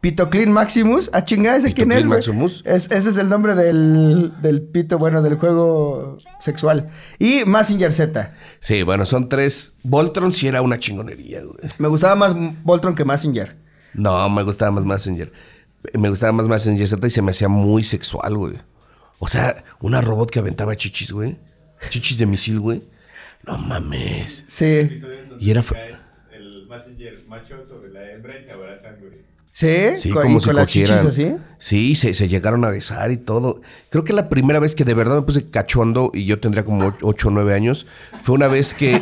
C: Pitoclin Maximus. Ah, chingada, ¿ese quién es,
D: Pitoclin
C: güey?
D: Maximus.
C: Es- ese es el nombre del, del pito, bueno, del juego sexual. Y Massinger Z.
D: Sí, bueno, son tres. Voltron sí era una chingonería, güey.
C: Me gustaba más Voltron que Massinger.
D: No, me gustaba más Messenger. Me gustaba más Messenger Z y se me hacía muy sexual, güey. O sea, una robot que aventaba chichis, güey. Chichis de misil, güey. No mames.
C: Sí.
D: Y era fe-
F: Cae el messenger macho sobre la hembra y se abrazan, güey.
C: Sí,
D: Sí,
C: con- y
D: como si
C: con las chichis
D: cogieran.
C: así.
D: Sí, se, se llegaron a besar y todo. Creo que la primera vez que de verdad me puse cachondo y yo tendría como 8 o 9 años, fue una vez que,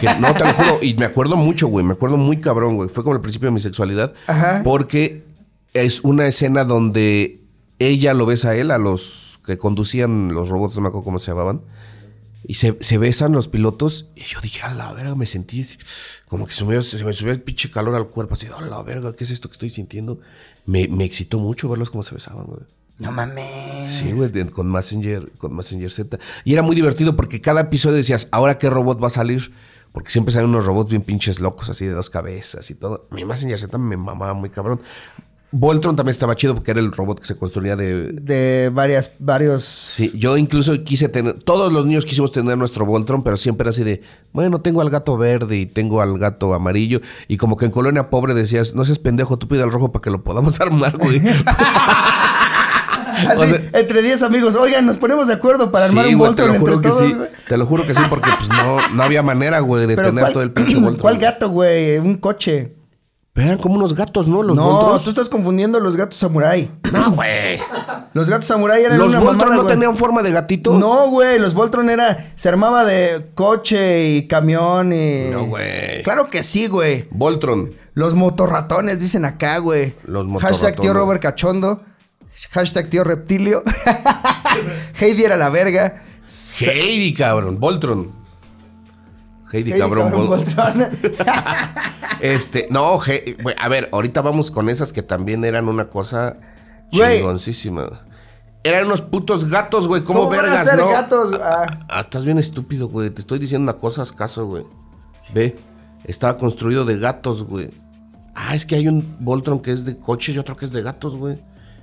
D: que- No, te lo juro. Y me acuerdo mucho, güey. Me acuerdo muy cabrón, güey. Fue como el principio de mi sexualidad.
C: Ajá.
D: Porque es una escena donde ella lo besa a él, a los que conducían los robots, no me acuerdo cómo se llamaban. Y se, se besan los pilotos. Y yo dije, a la verga, me sentí así, como que se me, se me subió el pinche calor al cuerpo. Así, a la verga, ¿qué es esto que estoy sintiendo? Me, me excitó mucho verlos como se besaban, güey.
C: No mames.
D: Sí, güey, de- con Messenger, con Messenger Z. Y era muy divertido porque cada episodio decías, ¿ahora qué robot va a salir? Porque siempre salen unos robots bien pinches locos, así de dos cabezas y todo. Mi Messenger Z me mamaba muy cabrón. Voltron también estaba chido porque era el robot que se construía de,
C: De varias, varios.
D: Sí, yo incluso quise tener, todos los niños quisimos tener nuestro Voltron, pero siempre era así de, bueno, tengo al gato verde y tengo al gato amarillo, y como que en colonia pobre decías, no seas pendejo, tú pide al rojo para que lo podamos armar, güey.
C: Así,
D: O sea-
C: entre 10 amigos. Oigan, nos ponemos de acuerdo para armar
D: sí,
C: un
D: güey, te
C: Voltron
D: lo
C: entre
D: juro que
C: todos,
D: sí,
C: güey.
D: te lo juro que sí, porque pues no, no había manera, güey, de
C: Pero
D: tener
C: ¿cuál-
D: todo el pinche Voltron.
C: ¿Cuál gato, güey? Un coche.
D: Pero eran como unos gatos, ¿no? Los
C: no,
D: Voltrons.
C: tú estás confundiendo los gatos samurái.
D: No, güey.
C: Los gatos samurái eran
D: Los
C: una
D: Voltron
C: mamada,
D: no
C: güey.
D: tenían forma de gatito.
C: No, güey, los Voltron era... Se armaba de coche y camión y...
D: No, güey.
C: Claro que sí, güey.
D: Voltron.
C: Los motorratones dicen acá, güey.
D: Los
C: Hashtag
D: motorratones.
C: tío Robert Cachondo. Hashtag tío Reptilio. Heidi era la verga.
D: Heidi, cabrón. Voltron. Heidi,
C: Heidi
D: cabrón.
C: Cabrón
D: Bol-
C: Boltrón.
D: Este, no, je- güey, a ver, ahorita vamos con esas que también eran una cosa
C: Güey.
D: chingoncísima. Eran unos putos gatos, güey. ¿Cómo,
C: ¿Cómo van a
D: vergas,
C: ser
D: no?
C: gatos?
D: Ah,
C: Ah.
D: ah, estás bien estúpido, güey. Te estoy diciendo una cosa, escaso, güey. Ve, estaba construido de gatos, güey. Ah, es que hay un Voltron que es de coches y otro que es de gatos, güey.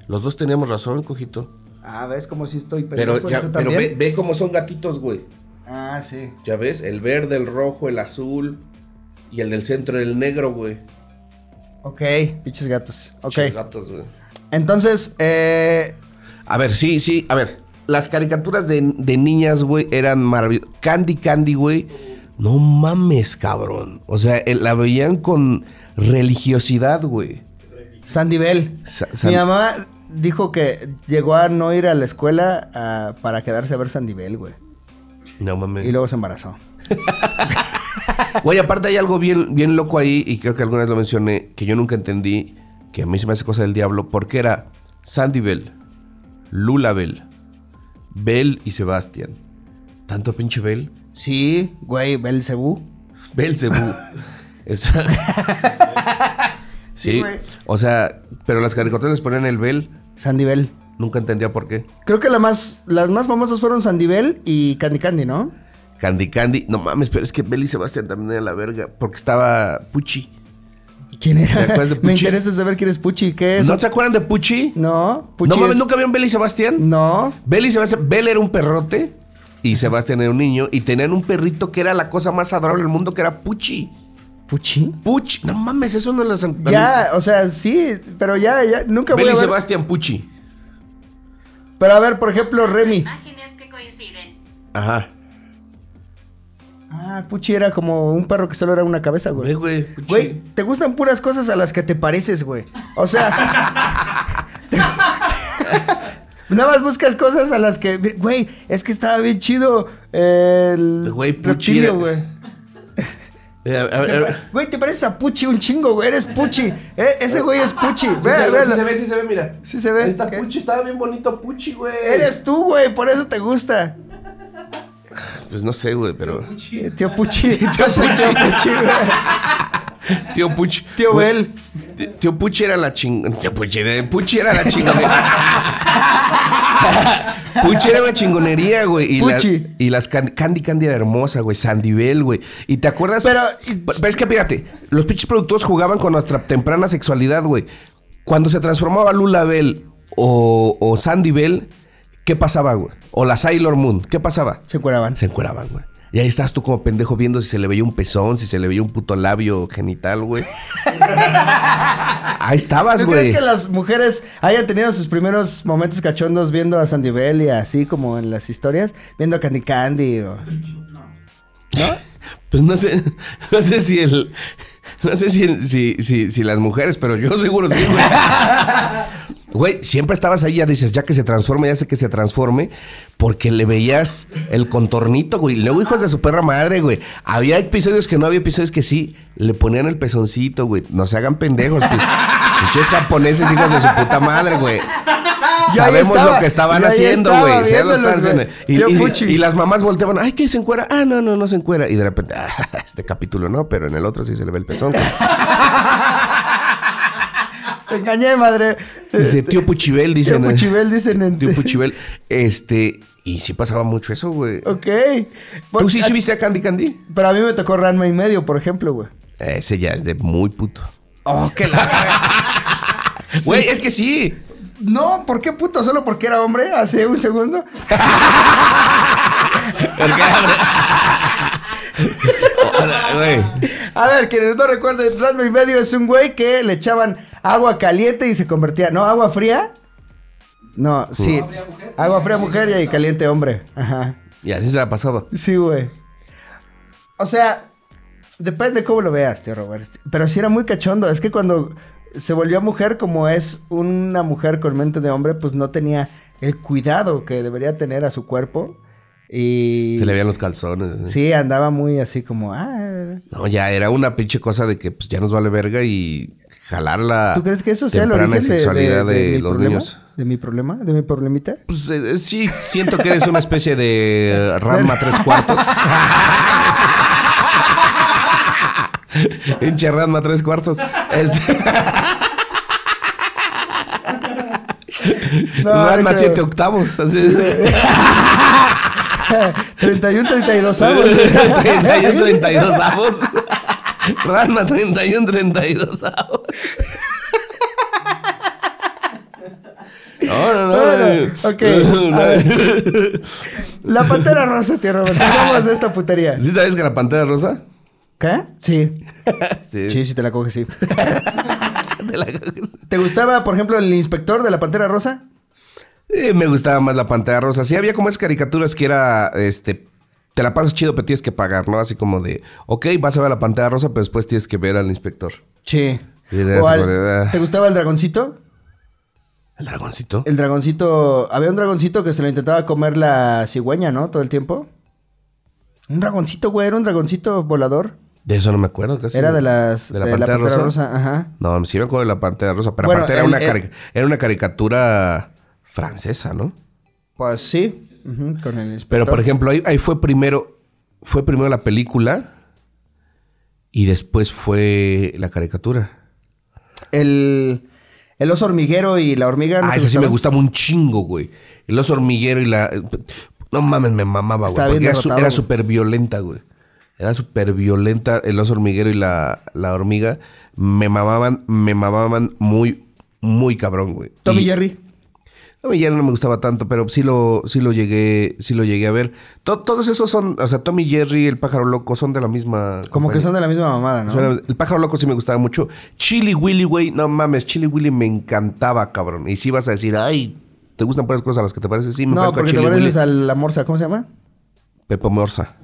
D: Los dos teníamos razón, cojito.
C: Ah, ves como si estoy
D: Pero,
C: pendejo y
D: ya-
C: tú
D: pero ve,
C: también.
D: ve cómo son gatitos, güey.
C: Ah, sí.
D: Ya ves, el verde, el rojo, el azul y el del centro, el negro, güey.
C: Ok, pinches gatos. Ok.
D: Pinches gatos, güey.
C: Entonces, eh,
D: A ver, sí, sí, a ver. Las caricaturas de, de niñas, güey, eran maravillosas. Candy Candy, güey. No mames, cabrón. O sea, eh, la veían con religiosidad, güey.
C: Sandy Bell.
D: Sa- San-
C: Mi mamá dijo que llegó a no ir a la escuela ah, para quedarse a ver Sandy Bell, güey.
D: No mames.
C: Y luego se embarazó.
D: Güey, aparte hay algo bien, bien loco ahí, y creo que alguna vez lo mencioné, que yo nunca entendí, que a mí se me hace cosa del diablo, porque era Sandy Bell, Lula Bell, Bell y Sebastián. Tanto pinche Bell.
C: Sí, güey, Bell Cebú.
D: Belcebú. Es- sí, o sea, pero las caricaturas les ponían el Bell,
C: Sandy Bell.
D: nunca entendía por qué.
C: Creo que la más, las más famosas fueron Sandy Bell y Candy Candy, ¿no?
D: Candy Candy, no mames, pero es que Bell y Sebastián también era la verga, porque estaba Puchi.
C: ¿Quién
D: ¿Te
C: era?
D: acuerdas de
C: Me
D: Puchi?
C: interesa saber quién es Puchi. ¿Qué es?
D: ¿No se acuerdan de Puchi?
C: No, Puchi
D: no mames,
C: es-
D: ¿nunca vieron Bell y Sebastián?
C: No.
D: Bell y Sebastián. Bell era un perrote y Sebastián era un niño y tenían un perrito que era la cosa más adorable del mundo, que era Puchi.
C: ¿Puchi?
D: Puchi. No mames, eso no las.
C: Ya, o sea, sí, pero ya, ya, nunca voy
D: Bell
C: a
D: y
C: ver.
D: Sebastián Puchi.
C: Pero a ver, por ejemplo, Remy.
A: Imágenes que coinciden.
D: Ajá.
C: Ah, Puchi era como un perro que solo era una cabeza, güey.
D: Ve, güey. Puchi.
C: Güey, te gustan puras cosas a las que te pareces, güey. O sea. Nada más buscas cosas a las que. Güey, es que estaba bien chido. El.
D: Güey,
C: reptilio,
D: Puchi era-
C: güey.
D: Eh, a- a-
C: Te
D: a-
C: pa- Güey, te pareces a Puchi un chingo, güey. Eres Puchi. Eh, ese güey es Puchi.
D: Pues Sí
C: Ve,
D: se ve, sí se
C: ve.
D: ve, sí se ve, mira.
C: Sí se ve.
D: Ahí está
C: Ok.
D: Puchi, estaba bien bonito Puchi, güey.
C: Eres tú, güey. Por eso te gusta.
D: Pues no sé, güey, pero.
C: Eh, Tío Puchi. Tío Puchi, Puchi, güey.
D: Tío Puchi.
C: Tío
D: Güey,
C: Bel.
D: T- Tío Puchi era la ching... Tío Puchi, de- Puchi era la chingonería. Puchi era una chingonería, güey. Y, la-
C: Puchi.
D: y las can- Candy Candy era hermosa, güey. Sandibel, güey. Y te acuerdas.
C: Pero-
D: P- pero es que fíjate, los pinches productores jugaban con nuestra temprana sexualidad, güey. Cuando se transformaba Lula Bell o, o Sandy Bell, ¿qué pasaba, güey? O la Sailor Moon, ¿qué pasaba?
C: Se curaban.
D: Se encueraban, güey. Y ahí estás tú como pendejo viendo si se le veía un pezón, si se le veía un puto labio genital, güey. ahí estabas,
C: ¿Tú
D: güey.
C: crees que las mujeres hayan tenido sus primeros momentos cachondos viendo a Sandy Bell y así como en las historias? Viendo a Candy Candy o...
D: Pues no sé, no sé si el... No sé si, si, si, si las mujeres, pero yo seguro sí, güey. Güey, siempre estabas ahí, ya dices, ya que se transforme, ya sé que se transforme, porque le veías el contornito, güey. Luego, hijos de su perra madre, güey. Había episodios que no, había episodios que sí, le ponían el pezoncito, güey. No se hagan pendejos, pi- pinches japoneses, hijos de su puta madre, güey.
C: Ah, Yo ahí
D: Sabemos
C: estaba,
D: lo que estaban
C: yo ahí
D: haciendo,
C: estaba
D: güey. Se lo
C: viéndolos,
D: están
C: güey.
D: haciendo. Y,
C: Tío
D: y-
C: Puchi.
D: y las mamás volteaban, ay, que se encuera. Ah, no, no, no se encuera. Y de repente, ah, este capítulo no, pero en el otro sí se le ve el pezón. güey.
C: Te engañé, madre.
D: Dice, tío Puchibel, dicen.
C: Este,
D: ¿eh?
C: Tío Puchibel, dicen en-
D: Tío Puchibel. Este, y sí pasaba mucho eso, güey.
C: Ok.
D: ¿Tú
C: Bueno,
D: sí,
C: a-
D: sí viste a Candy Candy?
C: Pero a mí me tocó Ranma y medio, por ejemplo, güey.
D: Ese ya es de muy puto.
C: Oh, qué la...
D: Güey, es que sí.
C: no, ¿por qué puto? ¿Solo porque era hombre? Hace un segundo.
D: Hola, güey.
C: A ver, quienes no recuerden, Ranma y medio es un güey que le echaban agua caliente y se convertía... ¿No? ¿Agua fría? No, sí. Agua fría mujer. y caliente hombre. Ajá.
D: Y así se la pasaba.
C: Sí, güey. O sea, depende cómo lo veas, tío Robert. Pero sí era muy cachondo. Es que cuando se volvió mujer, como es una mujer con mente de hombre, pues no tenía el cuidado que debería tener a su cuerpo. Y.
D: Se le veían los calzones.
C: Sí, andaba muy así como. Ah.
D: No, ya era una pinche cosa de que pues ya nos vale verga y jalarla.
C: ¿Tú crees que eso sea el
D: Ah, temprana
C: origen de, de-
D: sexualidad de,
C: de mi
D: los
C: problema?
D: niños?
C: ¿De mi problema? ¿De mi problemita?
D: Pues eh, eh, sí, siento que eres una especie de eh, rama tres cuartos. Hinche Ranma tres cuartos. Este,
C: No,
D: Ranma
C: que-
D: siete octavos. Así,
C: 31, 32 avos.
D: 31, 32 avos. Ranma 31, 32 avos. No, no, no.
C: Bueno, ok,
D: No,
C: a La pantera rosa, tío Robert. Sigamos de esta putería.
D: ¿Sí sabes que la pantera rosa?
C: ¿Qué? Sí. Sí, sí, te la coges, sí. ¿Te gustaba, por ejemplo, el inspector de la pantera rosa?
D: Eh, me gustaba más la pantalla rosa. Sí, había como esas caricaturas que era, este, te la pasas chido, pero tienes que pagar, ¿no? Así como de, ok, vas a ver la pantalla rosa, pero después tienes que ver al inspector.
C: Sí.
D: Y era así
C: al-
D: como de, ah.
C: ¿Te gustaba el dragoncito?
D: ¿El dragoncito?
C: El dragoncito. Había un dragoncito que se lo intentaba comer la cigüeña, ¿no? Todo el tiempo. Un dragoncito, güey. Era un dragoncito volador.
D: De eso no me acuerdo casi.
C: Era de las.
D: ¿De la pantalla rosa?
C: Ajá.
D: No, sí me acuerdo de la pantalla rosa, pero
C: Bueno,
D: aparte era,
C: el-
D: una
C: el-
D: cari- era una caricatura francesa, ¿no?
C: Pues sí. Ujú, Con el inspector.
D: Pero, por ejemplo, ahí, ahí fue primero, fue primero la película y después fue la caricatura.
C: El. El oso hormiguero y la hormiga. ¿no
D: Ah,
C: te
D: esa sí me
C: gustaban?
D: gustaba un chingo, güey. El oso hormiguero y la. No mames, me mamaba, güey.
C: Estaba bien
D: Porque era su-
C: derrotado,
D: era
C: güey.
D: súper violenta, güey. Era súper violenta el oso hormiguero y la, la hormiga. Me mamaban, me mamaban muy, muy cabrón, güey.
C: Tommy
D: Y-
C: Jerry.
D: Tommy Jerry no me gustaba tanto, pero sí lo, sí lo llegué, sí lo llegué a ver. To- todos esos son, o sea, Tommy Jerry, el pájaro loco, son de la misma.
C: Como que
D: compañía.
C: son de la misma mamada, ¿no?
D: Suena- El pájaro loco sí me gustaba mucho. Chili Willy, güey. No mames, Chili Willy me encantaba, cabrón. Y si vas a decir, ay, ¿te gustan puras cosas a las que te pareces? Sí, me
C: No,
D: parezco a
C: porque te
D: Chili Willy.
C: pareces a la morsa. ¿Cómo se llama?
D: Pepe Morsa.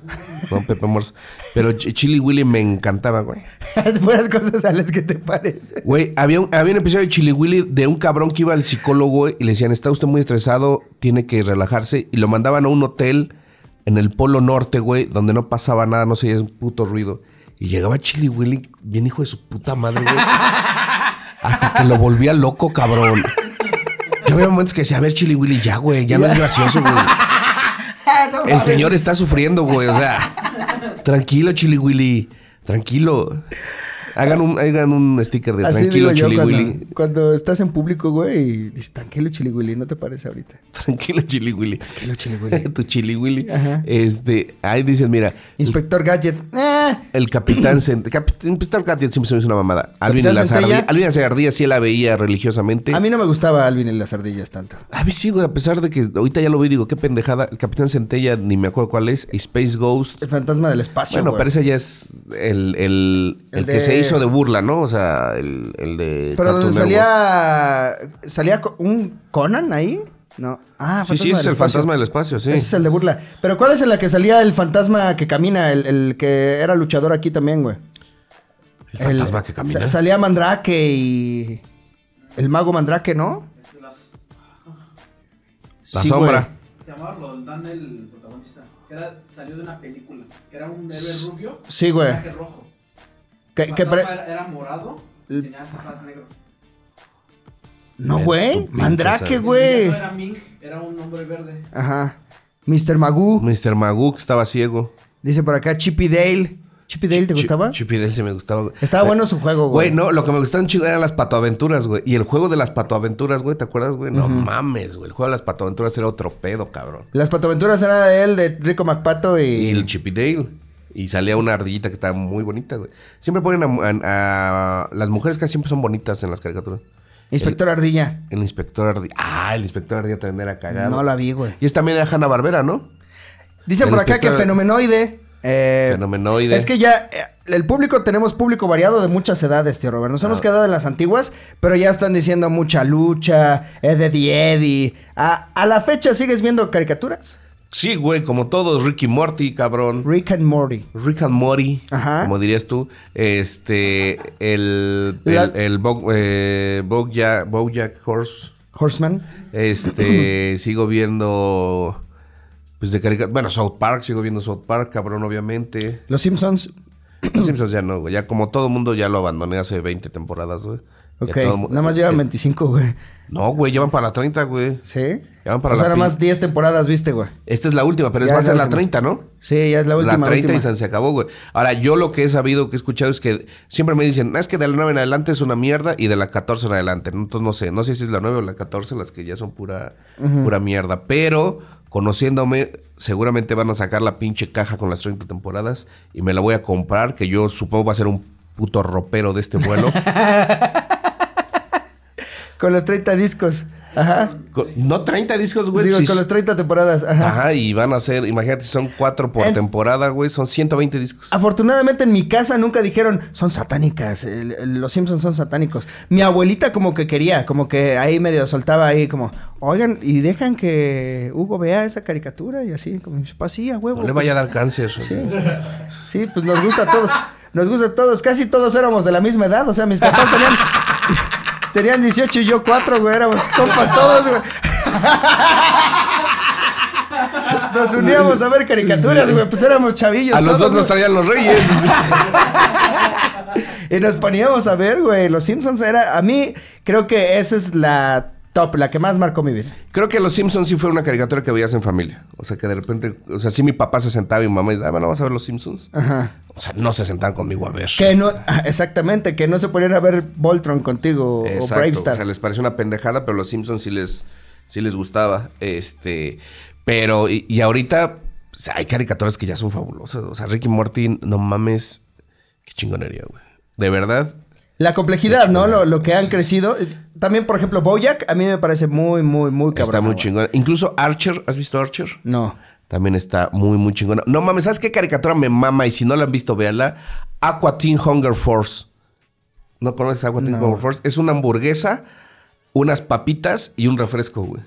D: No, Pepe Morsa. Pero Ch- Chili Willy me encantaba, güey.
C: Puras cosas a las que te parecen.
D: Güey, había un, había un episodio de Chili Willy de un cabrón que iba al psicólogo güey, y le decían, está usted muy estresado, tiene que relajarse. Y lo mandaban a un hotel en el Polo Norte, güey, donde no pasaba nada, no se oía un puto ruido. Y llegaba Chili Willy, bien hijo de su puta madre, güey. Hasta que lo volvía loco, cabrón. Yo había momentos que decía, a ver, Chili Willy, ya, güey, ya no es gracioso, güey. El señor está sufriendo, güey, o sea. Tranquilo, Chili Willy, tranquilo. Hagan un, hagan un sticker de
C: Así
D: tranquilo,
C: digo yo
D: Chili
C: cuando,
D: Willy.
C: cuando estás en público, güey, y dices, tranquilo, Chili Willy, ¿no te parece ahorita?
D: Tranquilo, Chili Willy. Tranquilo, Chili Willy. tu Chili Willy.
C: Ajá.
D: Este, ahí dices, mira,
C: Inspector Gadget. ¡Ah!
D: el capitán Cent- Capitán Capitán Gadget siempre se me hizo una mamada. Alvin y las
C: Centella.
D: Ardi- Alvin y las ardillas sí la veía religiosamente.
C: A mí no me gustaba Alvin en las ardillas tanto.
D: A mí sí, güey, a pesar de que ahorita ya lo veo y digo, qué pendejada. El Capitán Centella, ni me acuerdo cuál es. y Space Ghost.
C: El fantasma del espacio,
D: Bueno,
C: güey.
D: pero ese ya es el, el,
C: El
D: el que
C: de-
D: se hizo de burla, ¿no? O sea, el, el de.
C: Pero donde
D: Cartoon Eh, Network.
C: salía... ¿Salía co- un Conan ahí? No. Ah,
D: Sí, sí,
C: fantasma del
D: es el
C: espacio.
D: fantasma del espacio, sí.
C: Ese es el de burla. Pero ¿cuál es en la que salía el fantasma que camina? El, el que era luchador aquí también, güey.
D: El fantasma que camina.
C: sa- Salía Mandrake y... El mago Mandrake, ¿no?
D: La
C: Sí,
D: sombra.
C: güey.
G: Se llamaba Roldán el protagonista. Que era, salió de una película. Que era un héroe rubio.
C: Sí, güey.
G: Traje rojo.
C: Que, que
G: Fantasma
C: pare-
G: era, era morado.
C: L-
G: y Tenía atrás negro.
C: No,
D: Ven,
C: güey.
D: tu pinche
C: Mandrake,
D: sangre.
G: El
C: güey.
G: villano Era Mink. Era un hombre verde.
C: Ajá. Mr. Magoo.
D: Mr. Magoo, que estaba ciego.
C: Dice por acá Chippy Dale. ¿Chippy Dale te
D: Chi-
C: gustaba?
D: Chippy Dale sí me gustaba. güey.
C: Estaba
D: Eh,
C: bueno su juego, güey.
D: Güey, no, lo que me gustaban chido eran las patoaventuras, güey. Y el juego de las patoaventuras, güey, ¿te acuerdas, güey? No mames, güey. El juego de las patoaventuras era otro pedo, cabrón.
C: Las patoaventuras era de él, de Rico McPato y...
D: Y el Chippy Dale. Y salía una ardillita que estaba muy bonita, güey. Siempre ponen a, a- a- Las mujeres casi siempre son bonitas en las caricaturas.
C: Inspector Ardilla.
D: El inspector ardilla. Ah, el inspector ardilla también era cagado.
C: No la vi, güey.
D: Y esta también era Hanna Barbera, ¿no?
C: Dice
D: El
C: por acá que
D: inspector-
C: Fenomenoide. eh,
D: Fenomenoide.
C: Es que ya eh, el público, tenemos público variado de muchas edades, tío Robert.
D: Ah.
C: Nos hemos quedado en las antiguas, pero ya están diciendo mucha lucha, Eddie Eddie. ¿A, a la fecha sigues viendo caricaturas?
D: Sí, güey, como todos. Ricky Morty, cabrón.
C: Rick and Morty.
D: Rick and Morty,
C: Ajá.
D: como dirías tú, este, el, el,
C: La-
D: el Bo- eh, Bojack, Bojack Horse,
C: Horseman.
D: este, sigo viendo, pues de carica- bueno, South Park, sigo viendo South Park, cabrón, obviamente.
C: Los Simpsons.
D: Los Simpsons ya no, güey, ya como todo mundo ya lo abandoné hace 20 temporadas, güey.
C: Ok,
D: Que todo mu-
C: nada más llevan
D: que-
C: 25, güey.
D: No, güey, llevan para la 30, güey.
C: ¿Sí?
D: Ya van para
C: o sea,
D: la
C: nada
D: pin-
C: más 10 temporadas viste, güey.
D: Esta es la última, pero es
C: Ya
D: va a
C: es
D: ser
C: la
D: la
C: última.
D: 30, ¿no?
C: Sí, ya es la última.
D: la 30
C: última.
D: y se acabó, güey. Ahora, yo lo que he sabido, que he escuchado es que siempre me dicen, es que de la 9 en adelante es una mierda y de la 14 en adelante. ¿no? Entonces, no sé, no sé si es la 9 o la 14 las que ya son pura, pura mierda. Pero, conociéndome, seguramente van a sacar la pinche caja con las 30 temporadas y me la voy a comprar, que yo supongo va a ser un puto ropero de este vuelo.
C: Con los 30 discos. Ajá.
D: Con- no 30 discos, güey.
C: Digo,
D: si-
C: con los 30 temporadas. Ajá.
D: Ajá, y van a ser, imagínate, son cuatro por
C: En- Ah,
D: temporada, güey, son 120 discos.
C: Afortunadamente en mi casa nunca dijeron, son satánicas, el- el- los Simpsons son satánicos. Mi abuelita como que quería, como que ahí medio soltaba ahí como, oigan, y dejan que Hugo vea esa caricatura y así, como, mis papás, sí, a huevo. pues".
D: No le vaya a dar cáncer. o sea.
C: Sí, pues nos gusta a todos, nos gusta a todos, casi todos éramos de la misma edad, o sea, mis papás tenían, tenían 18 y yo 4, güey, éramos compas todos, güey. Nos uníamos a ver caricaturas, güey, pues éramos chavillos.
D: A los
C: todos,
D: dos nos
C: güey.
D: traían los reyes.
C: Y nos poníamos a ver, güey. Los Simpsons era. A mí, creo que esa es la top, la que más marcó mi vida.
D: Creo que Los Simpsons sí fue una caricatura que veías en familia. O sea, que de repente, o sea, sí mi papá se sentaba y mi mamá y daba, bueno, vamos a ver Los Simpsons.
C: Ajá.
D: O sea, no se sentaban conmigo a ver.
C: Que no, ah, exactamente, que no se ponían a ver Voltron contigo
D: Exacto.
C: o
D: O sea,
C: Bravestar.
D: les pareció una pendejada, pero Los Simpsons sí les, sí les gustaba. Este, pero, y, y ahorita o sea, hay caricaturas que ya son fabulosas. O sea, Ricky Morty, no mames, qué chingonería, güey. De verdad,
C: La complejidad, ¿no? Lo, lo que han crecido. También, por ejemplo, Bojack, a mí me parece muy, muy, muy cabrón.
D: está muy
C: güey.
D: chingona. Incluso Archer, ¿has visto Archer?
C: No.
D: También está muy, muy chingona. No mames, ¿sabes qué caricatura me mama? Y si no la han visto, véanla. Aqua Teen Hunger Force. ¿No conoces Aqua Teen Hunger Force? Es una hamburguesa, unas papitas y un refresco, güey.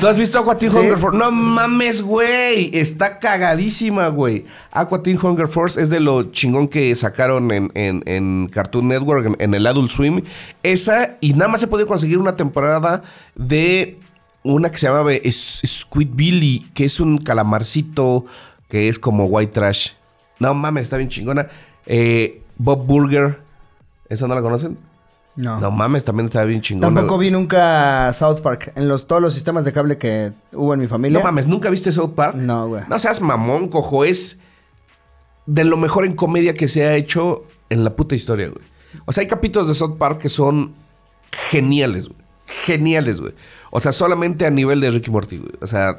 D: ¿Tú has visto Aqua Teen
C: Sí.
D: Hunger Force? No mames, güey. Está cagadísima, güey. Aqua Teen Hunger Force es de lo chingón que sacaron en, en- en Cartoon Network, en, en el Adult Swim. Esa, y nada más se podido conseguir una temporada de una que se llamaba eh, S- Squid Billy, que es un calamarcito que es como white trash. No mames, está bien chingona. Eh, Bob Burger. ¿Esa no la conocen?
C: No.
D: No mames, también está bien chingona.
C: Tampoco
D: güey.
C: vi nunca South Park en los, todos los sistemas de cable que hubo en mi familia.
D: No mames, ¿nunca viste South Park?
C: No, güey.
D: No seas mamón, cojo. Es de lo mejor en comedia que se ha hecho en la puta historia, güey. O sea, hay capítulos de South Park que son geniales, güey. Geniales, güey. O sea, solamente a nivel de Ricky Morty, güey. O sea,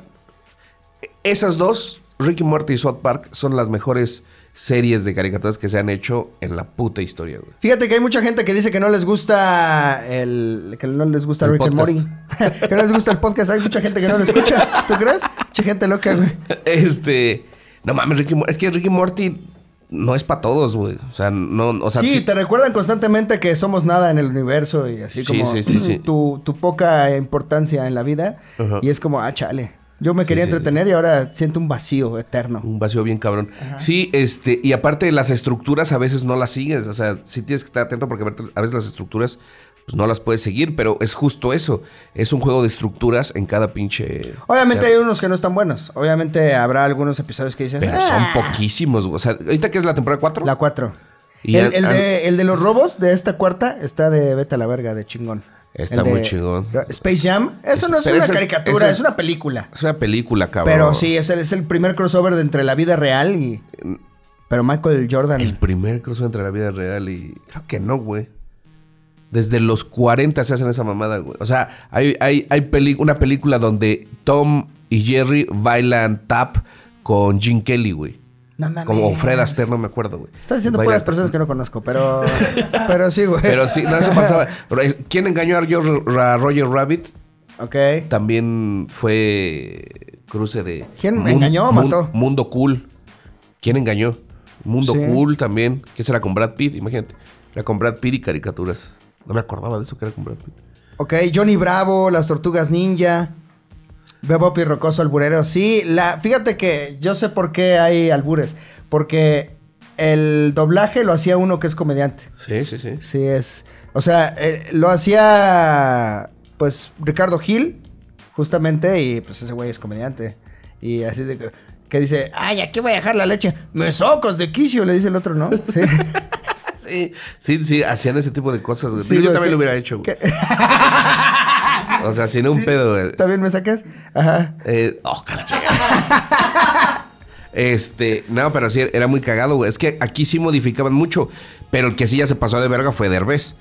D: esas dos, Ricky Morty y South Park, son las mejores series de caricaturas que se han hecho en la puta historia, güey.
C: Fíjate que hay mucha gente que dice que no les gusta el. que no les gusta
D: El
C: Rick
D: podcast.
C: and Morty. que no les gusta el podcast. Hay mucha gente que no lo escucha. ¿Tú crees? Mucha gente loca, güey.
D: Este. No mames, Ricky Morty. Es que Ricky Morty no es para todos, güey. O sea, no. O sea,
C: sí,
D: sí-
C: te recuerdan constantemente que somos nada en el universo y así
D: Sí,
C: como
D: sí, sí, sí.
C: Tu, tu poca importancia en la vida.
D: Ajá.
C: Y es como, ah, chale. Yo me quería
D: sí, Mm.
C: entretener y ahora siento un vacío eterno.
D: Un vacío bien cabrón. Sí, este, y aparte las estructuras a veces no las sigues. O sea, sí tienes que estar atento porque a veces las estructuras pues no las puedes seguir, pero es justo eso. Es un juego de estructuras en cada pinche.
C: Obviamente hay unos que no están buenos. Obviamente habrá algunos episodios que dices.
D: Pero son
C: "Ah,
D: poquísimos. güey. O sea, ahorita que es la temporada 4.
C: La 4.
D: Y
C: el,
D: al-
C: el
D: al-
C: de, el de los robos de esta cuarta está de Vete a la verga, de chingón.
D: Está
C: El de
D: muy chingón.
C: Space Jam. Eso no es
D: Pero
C: una
D: ese es-
C: caricatura,
D: ese
C: es,
D: es-
C: una película.
D: Es una película, cabrón.
C: Pero sí, es el, es el primer crossover de entre la vida real y. Pero Michael Jordan.
D: El primer cruce entre la vida real y. Creo que no, güey. Desde los 40 se hacen esa mamada, güey. O sea, hay, hay, hay peli- una película donde Tom y Jerry bailan tap con Jim Kelly, güey.
C: No mames.
D: Como Fred Astaire, no me acuerdo, güey.
C: Estás diciendo
D: Bailan
C: puras personas que no conozco, pero. pero sí, güey.
D: Pero sí, no, eso pasaba. eh, ¿Quién engañó a Ro- a Roger Rabbit?
C: Ok.
D: También fue cruce de...
C: ¿Quién engañó o mató?
D: Mundo Cool. ¿Quién engañó? Mundo
C: Sí.
D: Cool también. ¿Qué será con Brad Pitt? Imagínate. Era con Brad Pitt y caricaturas. No me acordaba de eso que era con Brad Pitt.
C: Ok, Johnny Bravo, Las Tortugas Ninja, Bebop y Rocoso Alburero. Sí, la, fíjate que yo sé por qué hay albures. Porque el doblaje lo hacía uno que es comediante.
D: Sí, sí, sí.
C: Sí, es. O sea, eh, lo hacía. Pues Ricardo Gil, justamente, y pues ese güey es comediante. Y así de que, que dice: Ay, aquí voy a dejar la leche. Me socos de quicio, le dice el otro, ¿no? Sí.
D: Sí, sí, sí, hacían ese tipo de cosas, güey.
C: Sí,
D: Digo, Pues yo
C: güey, que-
D: también lo hubiera hecho, güey.
C: que-
D: O sea, sin un pedo, eh. güey.
C: ¿También me sacas? Ajá.
D: Eh, oh, cara, chinga. Este, no, pero sí, era muy cagado, güey. Es que aquí sí modificaban mucho. Pero el que sí ya se pasó de verga fue Derbez.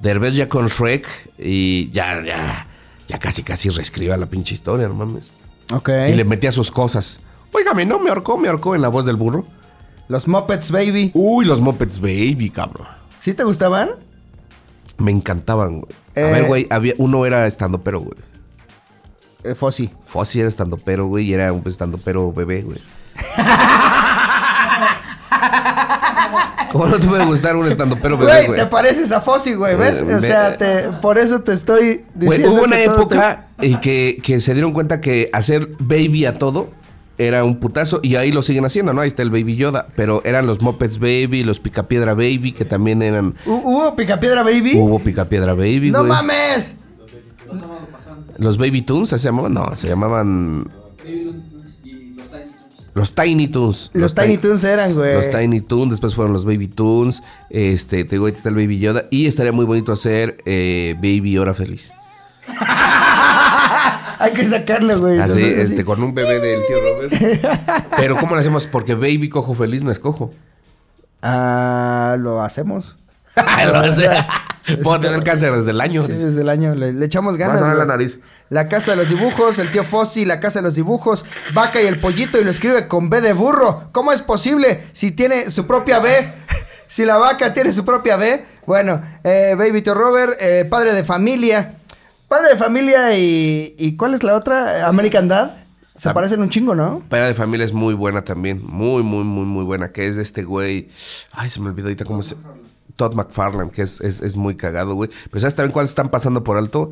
D: Derbez ya con Shrek y ya, ya, ya casi, casi reescribía la pinche historia, no mames.
C: Ok.
D: Y le metía sus cosas. Óigame, no, me ahorcó, me ahorcó en la voz del burro.
C: Los Muppets Baby.
D: Uy, los Muppets Baby, cabrón.
C: ¿Sí te gustaban?
D: Me encantaban, güey. A
C: Eh.
D: ver, güey, había, uno era estando pero, güey.
C: Eh, Fossi.
D: Fossi era estando pero, güey, y era un estando pero bebé, güey. ¿Cómo no te puede gustar un estando pero bebé,
C: Güey,
D: güey?
C: te pareces a Fossi, güey, ¿ves?
D: Eh,
C: o sea,
D: ve-
C: te- por eso te estoy
D: Güey,
C: diciendo.
D: hubo una
C: que todo
D: época en que, que se dieron cuenta que hacer baby a todo era un putazo y ahí lo siguen haciendo, ¿no? Ahí está el Baby Yoda, pero eran los Muppets Baby, los Picapiedra Baby, que también eran...
C: te- ¿Hu- ¿Hubo Picapiedra Baby?
D: Hubo Picapiedra Baby,
C: ¡No
D: güey.
C: mames!
D: Los Baby Toons, ¿se llamaban? No, se llamaban
G: y los Tiny Toons.
D: los Tiny Toons.
C: Los, Tiny Toons eran, güey.
D: Los Tiny Toons, después fueron los Baby Toons. Este, te digo, ahí está el Baby Yoda. Y estaría muy bonito hacer eh, Baby Hora Feliz.
C: Hay que sacarlo, güey.
D: Así,
C: Entonces,
D: este, con un bebé del tío Robert. Pero, ¿cómo lo hacemos? Porque Baby Cojo Feliz no es cojo.
C: Ah, lo hacemos.
D: Lo hace- Puedo
C: es-
D: tener cáncer desde el año.
C: Sí, desde el año. Le, le echamos ganas.
D: Vas a ver la
C: güey.
D: nariz.
C: La casa de los dibujos, el tío Fossi, la casa de los dibujos, vaca y el pollito y lo escribe con B de burro. ¿Cómo es posible si tiene su propia B? Si la vaca tiene su propia B. Bueno, eh, Baby Tío Robert, eh, padre de familia. Padre de familia y, y ¿cuál es la otra? American Dad. Se
D: Ah.
C: parecen un chingo, ¿no?
D: Pera de familia es muy buena también. Muy, muy, muy, muy buena. Que es de este güey. Ay, se me olvidó ahorita cómo se. Todd McFarlane, que es, es- es muy cagado, güey. Pero ¿sabes también cuáles están pasando por alto?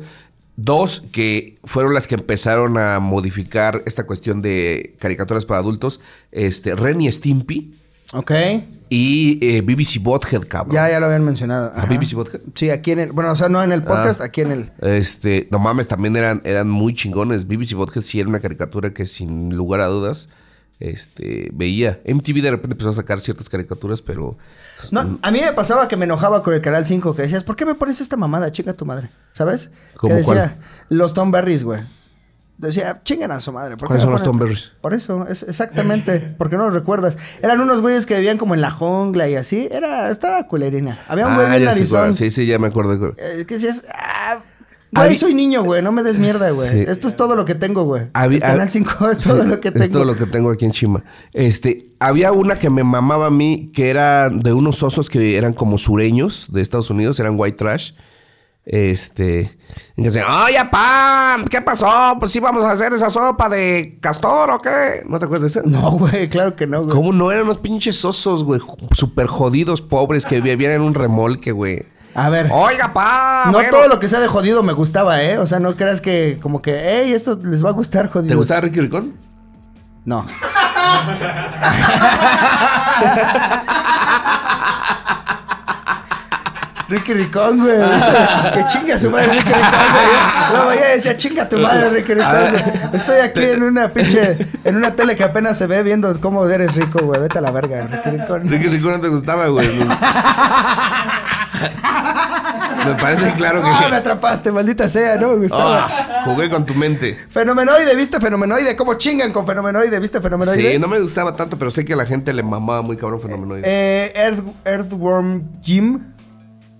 D: Dos que fueron las que empezaron a modificar esta cuestión de caricaturas para adultos. Este, Ren y Stimpy
C: Ok.
D: y eh, BBC Bothead, cabrón.
C: Ya, ya lo habían mencionado.
D: ¿A
C: Ajá.
D: BBC Bothead?
C: Sí, aquí en el... Bueno, o sea, no en el podcast,
D: Ah.
C: aquí en el...
D: Este, no mames, también eran, eran muy chingones. BBC Bothead sí era una caricatura que sin lugar a dudas este, veía. MTV de repente empezó a sacar ciertas caricaturas, pero... Mm.
C: No, a mí me pasaba que me enojaba con el Canal 5, que decías, ¿por qué me pones esta mamada? Chinga tu madre, ¿sabes?
D: ¿Cómo
C: que decía,
D: cuál?
C: los Tom Berries, güey. Decía, chingan a su madre. ¿por qué
D: ¿Cuáles
C: me
D: son los
C: ponen-?"
D: Thornberrys?
C: Por eso, es exactamente, porque no lo recuerdas. Eran unos güeyes que vivían como en la jungla y así. Era, estaba culerina. Había un güey bien
D: Ah, ya sé cuál.
C: narizón.
D: sí, sí, ya me acuerdo.
C: eh, que decías, ah, güey,
D: Habí-
C: soy niño, güey, no me des mierda, güey.
D: Sí.
C: Esto es todo lo que tengo, güey.
D: Habí-
C: El Canal 5 es todo
D: Sí,
C: lo que
D: es
C: tengo.
D: todo lo que tengo aquí en Chima. Este, había una que me mamaba a mí, que era de unos osos que eran como sureños de Estados Unidos, eran white trash. Este, y que decían, ¡ay, apá! ¿Qué pasó? Pues sí, vamos a hacer esa sopa de castor o qué. ¿No te acuerdas de esa?
C: No, güey, claro que no, güey.
D: ¿Cómo no? Eran unos pinches osos, güey, súper jodidos, pobres, que vivían en un remolque, güey.
C: A ver.
D: Oiga, pa.
C: no
D: bueno.
C: todo lo que sea de jodido me gustaba, ¿eh? O sea, no creas que como que, hey, esto les va a gustar jodido.
D: ¿Te gustaba Ricky Ricón?
C: No. Ricky Ricón, güey. que chinga su madre Ricky Ricón, güey. Luego ya decía, chinga tu madre Ricky Ricón, güey. Estoy aquí en una pinche, en una tele que apenas se ve viendo cómo eres rico, güey. Vete a la verga, Ricky Ricón.
D: Ricky Ricón no te gustaba, güey. Me parece claro que.
C: Ah, me atrapaste, maldita sea, no me gustaba.
D: Ah, jugué con tu mente.
C: Fenomenoide, viste fenomenoide, cómo chingan con fenomenoide, viste fenomenoide.
D: Sí, no me gustaba tanto, pero sé que a la gente le mamaba muy cabrón fenomenoide.
C: Eh, Earth- Earthworm Jim.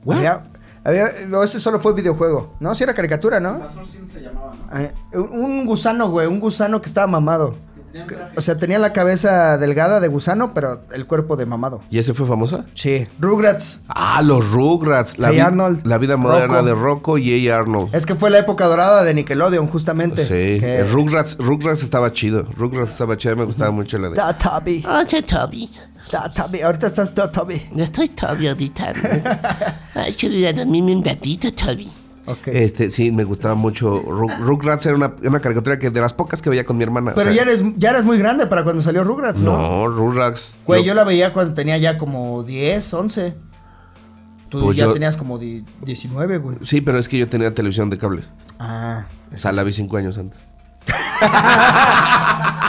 C: Había- había- no, ese solo fue videojuego. No, si era caricatura, ¿no?
G: Las Orsin se llamaba, ¿no?
C: Eh, un- un gusano, güey, un gusano que estaba mamado.
G: Que tenían traje.
C: O sea, tenía la cabeza delgada de gusano, pero el cuerpo de mamado.
D: ¿Y ese fue famosa?
C: Sí. Rugrats.
D: Ah, los Rugrats. La,
C: Hey
D: vi-
C: Arnold.
D: la vida moderna
C: Rocco.
D: de Rocco y A. Arnold.
C: Es que fue la época dorada de Nickelodeon, justamente.
D: Sí,
C: Que-
D: eh, Rugrats, Rugrats estaba chido. Rugrats estaba chido, me gustaba mucho la de.
C: Da Tabi,
E: Oh, soy Toby.
C: da Tabi. Ahorita estás da Tabi.
E: Yo estoy Toby ahorita. Ay, que le dormirme un ratito, Toby.
C: Ok.
D: Este, sí, me gustaba mucho. Ru- Rugrats era una, una caricatura que de las pocas que veía con mi hermana. o
C: pero
D: sea,
C: ya eres, ya eras muy grande para cuando salió Rugrats, ¿no?
D: No, Rugrats.
C: Güey,
D: yo-
C: yo la veía cuando tenía ya como 10, 11. Tú
D: Pues
C: ya
D: yo-
C: tenías como di- 19, güey.
D: Sí, pero es que yo tenía televisión de cable.
C: Ah.
D: O sea, la vi cinco años antes.
C: ah.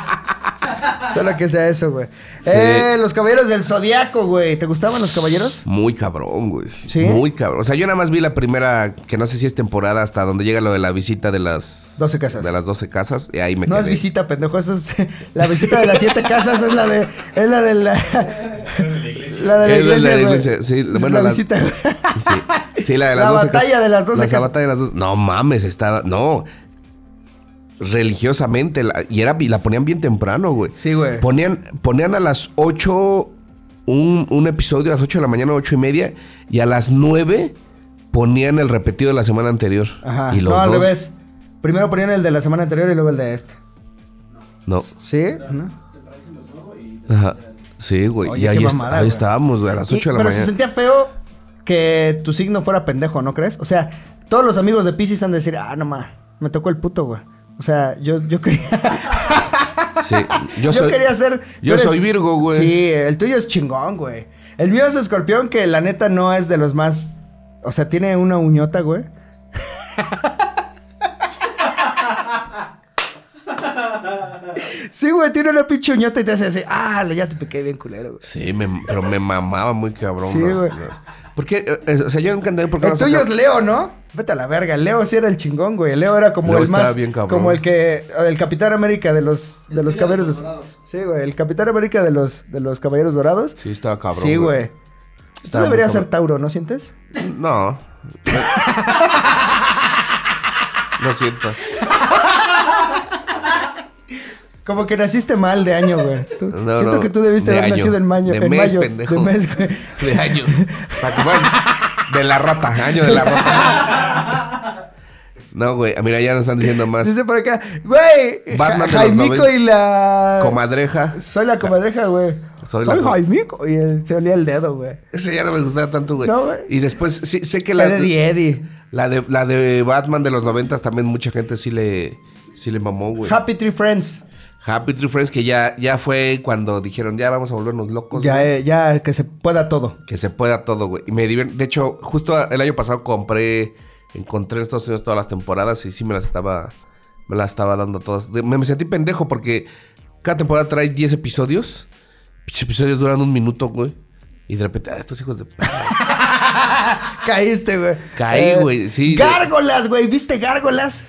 C: Solo que sea eso, güey.
D: Sí.
C: Eh, los caballeros del zodiaco, güey. ¿Te gustaban los caballeros?
D: Muy cabrón, güey.
C: ¿Sí?
D: Muy cabrón. O sea, yo nada más vi la primera, que no sé si es temporada, hasta donde llega lo de la visita de las...
C: 12 casas.
D: De las 12 casas, y ahí me
C: No es
D: quedé.
C: visita, pendejo. Eso es, la visita de las siete casas es la de. Es la de la. La de la
D: Es la de
C: iglesia.
D: la
C: güey.
D: iglesia, sí,
C: Esa es
D: bueno,
C: la,
D: la-
C: visita, güey.
D: Sí, sí, la de las
C: La
D: 12
C: batalla
D: casas.
C: de las 12
D: La
C: casas.
D: batalla de las 12. No mames, estaba... No. Religiosamente. la- y, era, y la ponían bien temprano, güey.
C: Sí, güey.
D: Ponían, ponían a las 8 un, un episodio, a las 8 de la mañana, 8 y media, y a las 9 ponían el repetido de la semana anterior.
C: Ajá.
D: Y los
C: no, al
D: dos-
C: revés. Primero ponían el de la semana anterior y luego el de este.
D: No.
C: ¿Sí? ¿No?
D: Ajá. Sí, güey.
C: Oye,
D: Y ahí,
C: qué
D: est-
C: mamada,
D: ahí
C: güey.
D: estábamos, güey, a las
C: Y-
D: 8 de la
C: pero
D: mañana.
C: se sentía feo que tu signo fuera pendejo, ¿no crees? O sea, todos los amigos de Pisces han de decir, ah, no ma, me tocó el puto, güey. O sea, yo, yo quería.
D: Sí.
C: Yo, quería ser.
D: Yo
C: tú eres-
D: soy Virgo, güey.
C: Sí, el tuyo es chingón, güey. El mío es escorpión, que la neta no es de los más. O sea, tiene una uñota, güey. Sí, güey, tiene una pinche uñota y te hace así. Ah, ya te piqué bien culero, güey.
D: Sí, me- pero me mamaba muy cabrón.
C: Sí,
D: las-
C: güey.
D: las- Porque, eh, eh, o sea, yo nunca entendí por qué
C: El
D: no
C: tuyo es
D: sacaban-
C: Leo, ¿no? Vete a la verga. Leo sí era el chingón, güey. Leo era como
D: Leo
C: el
D: estaba
C: más.
D: bien cabrón.
C: como el que. El Capitán América de los. De
G: El
C: los
G: Cine de
C: caballeros.
G: los
C: de-
G: Dorados.
C: sí, güey. El Capitán América de los. De los caballeros dorados.
D: Sí, estaba cabrón.
C: sí, güey. Tú
D: Estaba muy
C: deberías ser
D: cabrón.
C: Tauro, ¿no sientes?
D: No. Lo siento.
C: Como que naciste mal de año, güey. Tú-
D: No,
C: siento
D: no,
C: que tú debiste
D: de
C: haber
D: año.
C: nacido en mayo.
D: De
C: en
D: mes,
C: mayo,
D: pendejo.
C: De mes, güey.
D: De año. Para que fueras de la rata, año de la rata. No, güey. Mira, ya nos están diciendo más.
C: Dice por acá, güey.
D: Batman
C: Batman
D: de los
C: Jaimico
D: noven-
C: y la.
D: Comadreja.
C: Soy la comadreja, güey.
D: Soy
C: Soy,
D: la com-
C: Jaimico. Y él se olía el dedo, güey.
D: Ese ya no me gustaba tanto, güey.
C: No, güey.
D: Y después, sí, sé que
C: La
D: la,
C: de Eddie.
D: la de la de Batman de los noventas también mucha gente sí le, sí le mamó, güey.
C: Happy Tree Friends.
D: Happy Tree Friends, que ya, ya fue cuando dijeron, ya vamos a volvernos locos.
C: Ya,
D: güey.
C: eh, ya que se pueda todo.
D: Que se pueda todo, güey. Y me divierte. De hecho, justo a- el año pasado compré, encontré en Estados Unidos todas las temporadas y sí me las estaba, me las estaba dando todas. De- Me, me sentí pendejo porque cada temporada trae 10 episodios. Pinches episodios duran un minuto, güey. Y de repente, ah, estos hijos de... p-
C: Caíste, güey.
D: Caí, güey, sí, de-
C: Eh, Gárgolas, güey. ¿Viste gárgolas?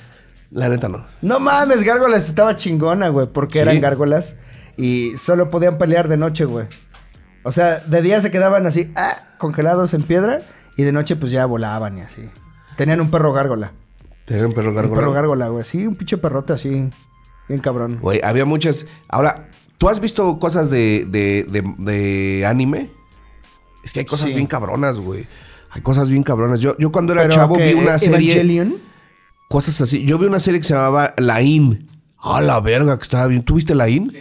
D: La neta no.
C: No mames, gárgolas estaba chingona, güey, porque
D: Sí.
C: eran gárgolas y solo podían pelear de noche, güey. O sea, de día se quedaban así, ah, congelados en piedra y de noche pues ya volaban y así. Tenían un perro gárgola.
D: Tenía un perro
C: Un perro
D: gárgola.
C: gárgola, güey. Sí, un pinche perrote así, bien cabrón.
D: Güey, había muchas... Ahora, ¿tú has visto cosas de, de, de- de anime? Es que hay cosas
C: Sí.
D: bien cabronas, güey. Hay cosas bien cabronas. Yo, yo cuando era
C: Pero
D: chavo
C: que
D: vi una serie...
C: Evangelion,
D: cosas así. Yo vi una serie que se llamaba La IN. A la verga, que estaba bien. ¿Tuviste La IN?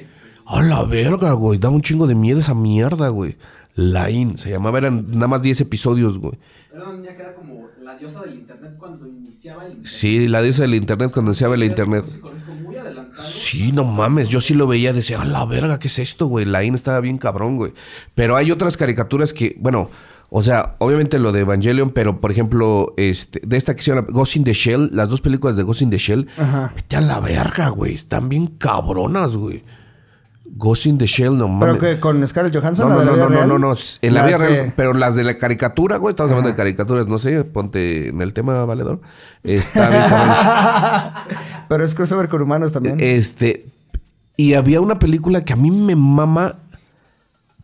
D: A la verga, güey. Daba un chingo de miedo esa mierda, güey. La IN. Se llamaba, eran nada más 10 episodios, güey.
G: Era una niña que era como la diosa del internet cuando iniciaba el internet.
D: Sí, la diosa del internet cuando se el
G: Era un
D: internet.
G: psicológico muy adelantado.
D: Sí, no mames, yo sí lo veía, decía, a la verga, ¿qué es esto, güey? La IN estaba bien cabrón, güey. Pero hay otras caricaturas que, bueno, o sea, obviamente lo de Evangelion, pero por ejemplo, este, de esta que se llama Ghost in the Shell, las dos películas de Ghost in the Shell,
C: Ajá.
D: vete a la verga, güey, están bien cabronas, güey. Ghost in the Shell, no mames.
C: pero que con Scarlett Johansson.
D: No,
C: la
D: no,
C: de la vida
D: no, no, no,
C: real.
D: no, no, en la
C: Las
D: vida real,
C: de- este.
D: pero las de la caricatura, güey, estamos hablando de caricaturas, no sé, ponte en el tema, valedor. Está bien cabrón.
C: Pero es crossover con humanos también.
D: Este. Y había una película que a mí me mama.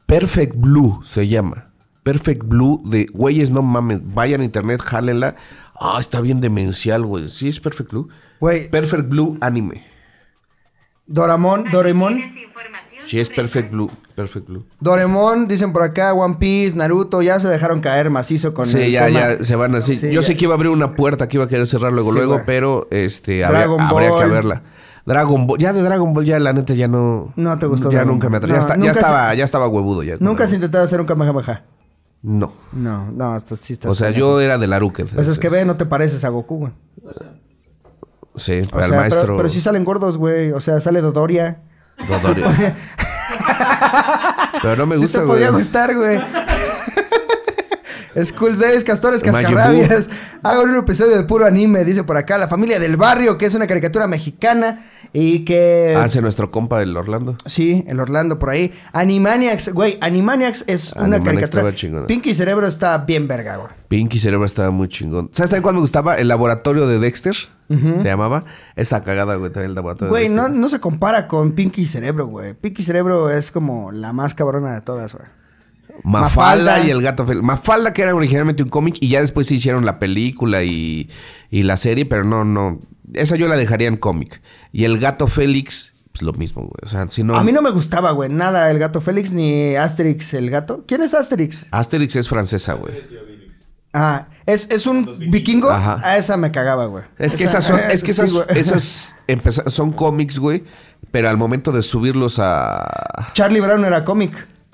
D: Perfect Blue se llama. Perfect Blue de güeyes, no mames. Vayan a internet, jálenla. Ah, está bien demencial, güey. Sí, es Perfect Blue.
C: Güey,
D: Perfect Blue anime.
C: Doramon, Doraemon.
D: Sí, es Perfect Blue. Perfect Blue.
C: Doremon, dicen por acá, One Piece, Naruto, ya se dejaron caer macizo con
D: sí,
C: el
D: ya,
C: tema.
D: ya se van así.
C: Sí,
D: Yo
C: ya.
D: sé que iba a abrir una puerta que iba a querer cerrar luego,
C: Sí,
D: luego,
C: güey.
D: pero este, habría,
C: Dragon
D: habría que
C: Ball.
D: verla. Dragon Ball, ya de Dragon Ball, ya la neta ya no.
C: No te gustó
D: Ya
C: Dragon
D: nunca me
C: Ball.
D: atrapó. ya,
C: No,
D: está- ya
C: nunca se-
D: estaba, ya estaba huevudo. Ya con
C: Nunca has
D: Dragon Ball.
C: intentado hacer un Kamehameha.
D: No.
C: No, no, esto sí está.
D: O sea, yo era de Laruque.
C: Pues es que ve, no te pareces a Goku, güey.
D: Sí,
C: O
D: para el
C: sea,
D: maestro.
C: Pero, pero sí salen gordos, güey. O sea, sale Dodoria.
D: Dodoria. pero no me
C: sí
D: gusta,
C: te
D: güey.
C: podía gustar, güey. Skulls Days, Castores
D: Majin Buu.
C: Cascarrabias. Hagan un episodio de puro anime, dice por acá. La familia del barrio, que es una caricatura mexicana y que.
D: Hace nuestro compa del Orlando.
C: Sí, el Orlando por ahí. Animaniacs, güey, Animaniacs es una
D: Ah, Animaniacs
C: caricatura.
D: estaba chingona.
C: Pinky Cerebro está bien verga, güey.
D: Pinky Cerebro estaba muy chingón. ¿Sabes también cuál me gustaba? El laboratorio de Dexter. Se llamaba. Esta cagada, güey, también el laboratorio
C: Güey,
D: de
C: no,
D: Dexter.
C: no se compara con Pinky Cerebro, güey. Pinky Cerebro es como la más cabrona de todas, güey.
D: Mafalda,
C: Mafalda.
D: y el gato Fel. Mafalda, que era originalmente un cómic, y ya después se hicieron la película y, y la serie, pero no, no. Esa yo la dejaría en cómic. Y el gato Félix, pues lo mismo, güey. O sea, si no.
C: A mí no me gustaba, güey, nada el gato Félix ni Asterix el gato. ¿Quién es Asterix?
D: Asterix es francesa, güey.
C: Ah, es, es un vikingo.
D: Ajá.
C: A esa me cagaba, güey.
D: Es que
C: Esa-
D: esas son, es
C: sí,
D: que esas,
C: güey.
D: esas empeza- son cómics, güey. Pero al momento de subirlos a
C: Charlie Brown era cómic.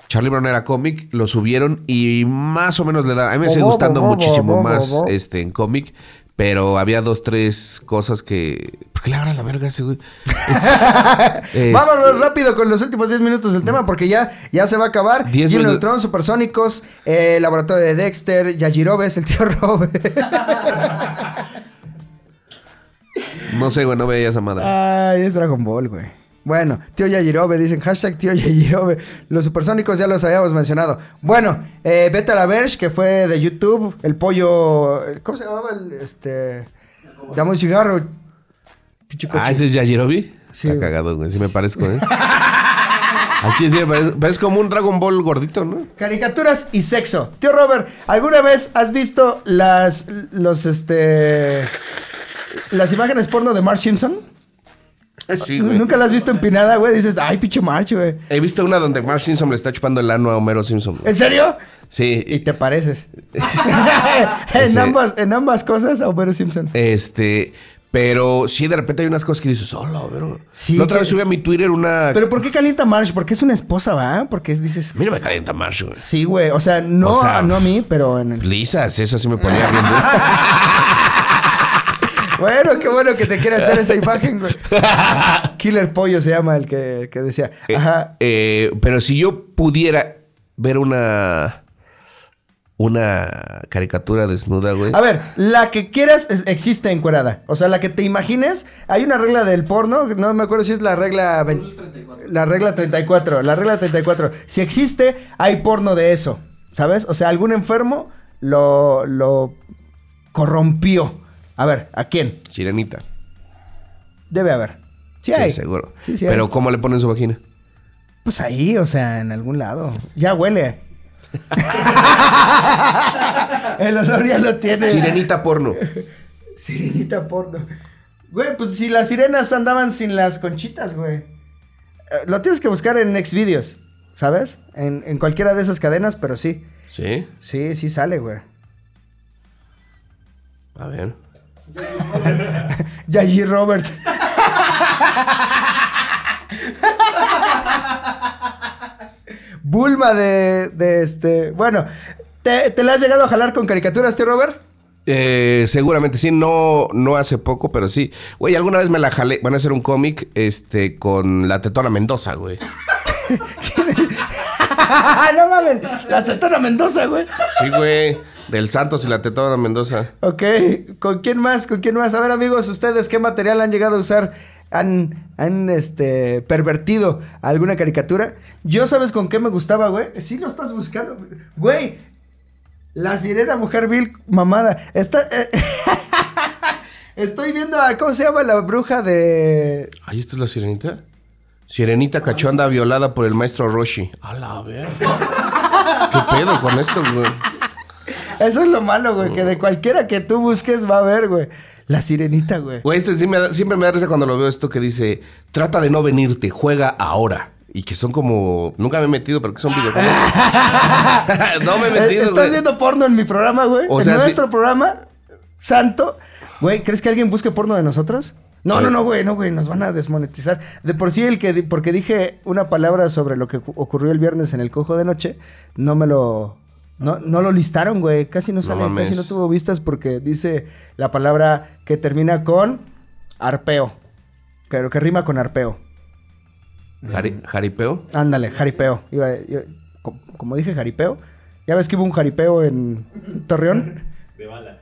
D: Charlie Brown era cómic, lo subieron y más o menos le da. A mí me
C: Bo,
D: sigue
C: bo,
D: gustando
C: bo, bo,
D: muchísimo
C: bo, bo,
D: más
C: bo.
D: este en cómic. Pero había dos, tres cosas que. ¿Por qué le abras la verga a ese güey? Es- es-
C: Vámonos rápido con los últimos 10 minutos del tema porque ya, ya se va a acabar.
D: 10
C: Jim
D: minu-
C: Neutron, Supersónicos, eh, Laboratorio de Dexter, Yajirobes, el tío Robert.
D: No sé, güey, no veía esa madre.
C: Ay, es Dragon Ball, güey. Bueno, tío Yajirobe, dicen hashtag tío Yajirobe. Los supersónicos ya los habíamos mencionado. Bueno, eh, Beta la Verge, que fue de YouTube, el pollo. eh, ¿Cómo se llamaba? El, este. Dame un cigarro. pinche coche.
D: Ah, ese es Yajirobe.
C: Sí,
D: Está
C: güey.
D: cagado, güey. Sí me parezco, ¿eh? Aquí sí me parezco. Pero es como un Dragon Ball gordito, ¿no?
C: Caricaturas y sexo. Tío Robert, ¿alguna vez has visto las. los este. las imágenes porno de Marge Simpson?
D: Sí,
C: Nunca las has visto empinada, güey. Dices, ay, pinche Marge, güey.
D: He visto una donde Mark Simpson le está chupando el ano a Homero Simpson. güey.
C: ¿En serio?
D: Sí.
C: Y te pareces. en,
D: Ese-
C: ambas, en ambas cosas a Homero Simpson.
D: Este. Pero sí, de repente hay unas cosas que dices, hola, pero.
C: Sí,
D: la otra
C: que-
D: vez subí a mi Twitter una.
C: Pero ¿por qué calienta Marsh? Porque es una esposa, ¿va? Porque dices,
D: A mí no me calienta Marsh, güey.
C: sí, güey. O sea, no,
D: O sea,
C: no a mí, pero en el...
D: Lisas, eso sí me ponía riendo.
C: Bueno, qué bueno que te quiera hacer esa imagen, güey. Killer Pollo se llama el que, el que decía. Ajá.
D: Eh, pero si yo pudiera ver una. Una caricatura desnuda, güey.
C: A ver, la que quieras es- existe encuerada. O sea, la que te imagines. Hay una regla del porno, no me acuerdo si es la regla... vein- La regla 34, la regla 34. Si existe, hay porno de eso, ¿sabes? O sea, algún enfermo lo, lo corrompió. A ver, ¿a quién?
D: Sirenita.
C: Debe haber. Sí,
D: Sí,
C: hay.
D: seguro.
C: Sí, sí hay.
D: pero ¿cómo le ponen su vagina?
C: Pues ahí, o sea, en algún lado. Ya huele. El olor ya lo tiene.
D: Sirenita porno.
C: Sirenita porno. Güey, pues si las sirenas andaban sin las conchitas, güey. Eh, Lo tienes que buscar en Xvideos, ¿sabes? En, en cualquiera de esas cadenas, pero sí.
D: Sí.
C: Sí, sí sale, güey.
D: A ver.
C: Yayi Robert. Bulma de, de este... Bueno, ¿te, ¿te la has llegado a jalar con caricaturas, tío Robert?
D: Eh, seguramente sí, no, no hace poco, pero sí. Güey, alguna vez me la jalé. Van a hacer un cómic este, con la Tetona Mendoza, güey.
C: no mames, la tetona Mendoza, güey.
D: Sí, güey. Del Santos y la Tetona Mendoza.
C: Ok, ¿con quién más? ¿Con quién más? A ver, amigos, ¿ustedes qué material han llegado a usar? ¿Han, han este, pervertido alguna caricatura? Yo, ¿sabes con qué me gustaba, güey? Sí lo estás buscando, güey. güey. La sirena mujer vil mamada. Está, eh, estoy viendo a, ¿cómo se llama la bruja de...?
D: Ay, ¿esta es la sirenita? Sirenita cachonda violada por el maestro Roshi. A la verga. ¿Qué pedo con esto, güey?
C: Eso es lo malo, güey, que de cualquiera que tú busques va a haber, güey. La sirenita, güey.
D: Güey, este sí me da- siempre me da risa cuando lo veo esto que dice: trata de no venirte, juega ahora. Y que son como. Nunca me he metido, pero que son videojuegos. no me he metido,
C: Eh, ¿Estás
D: güey.
C: viendo porno en mi programa, güey?
D: O
C: en
D: sea, sí.
C: nuestro programa, santo. Güey, ¿crees que alguien busque porno de nosotros? No,
D: Eh.
C: no, no, güey, no, güey, nos van a desmonetizar. De por sí, el que, di- porque dije una palabra sobre lo que cu- ocurrió el viernes en el cojo de noche, no me lo, no, no lo listaron, güey, casi no sale,
D: mames.
C: casi no tuvo vistas porque dice la palabra que termina con arpeo, pero que rima con arpeo.
D: Jari- ¿Jaripeo?
C: Ándale, jaripeo. Iba- iba- co- como dije jaripeo, Ya ves que hubo un jaripeo en Torreón. Ah,
F: de balas.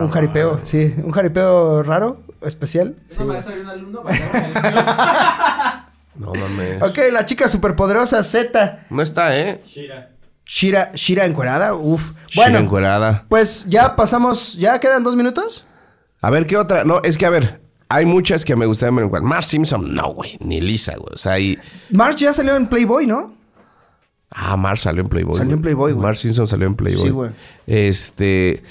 C: un jaripeo, sí. Un jaripeo raro, especial. Sí.
G: Una maestra y un alumno bailaban
D: No mames.
C: Ok, la chica superpoderosa Z.
D: No está, ¿eh?
F: Shira.
C: Shira, Shira encuerada, uf.
D: Bueno.
C: Bueno, pues ya pasamos, ya quedan dos minutos.
D: A ver, ¿qué otra? No, es que a ver, hay muchas que me gustaban. Pero igual. Marge Simpson, no, güey. Ni Lisa, güey. O sea, y...
C: Marge ya salió en Playboy, ¿no?
D: Ah, Marge salió en Playboy.
C: Salió en Playboy, güey.
D: Marge Simpson salió en Playboy.
C: Sí, güey.
D: Este...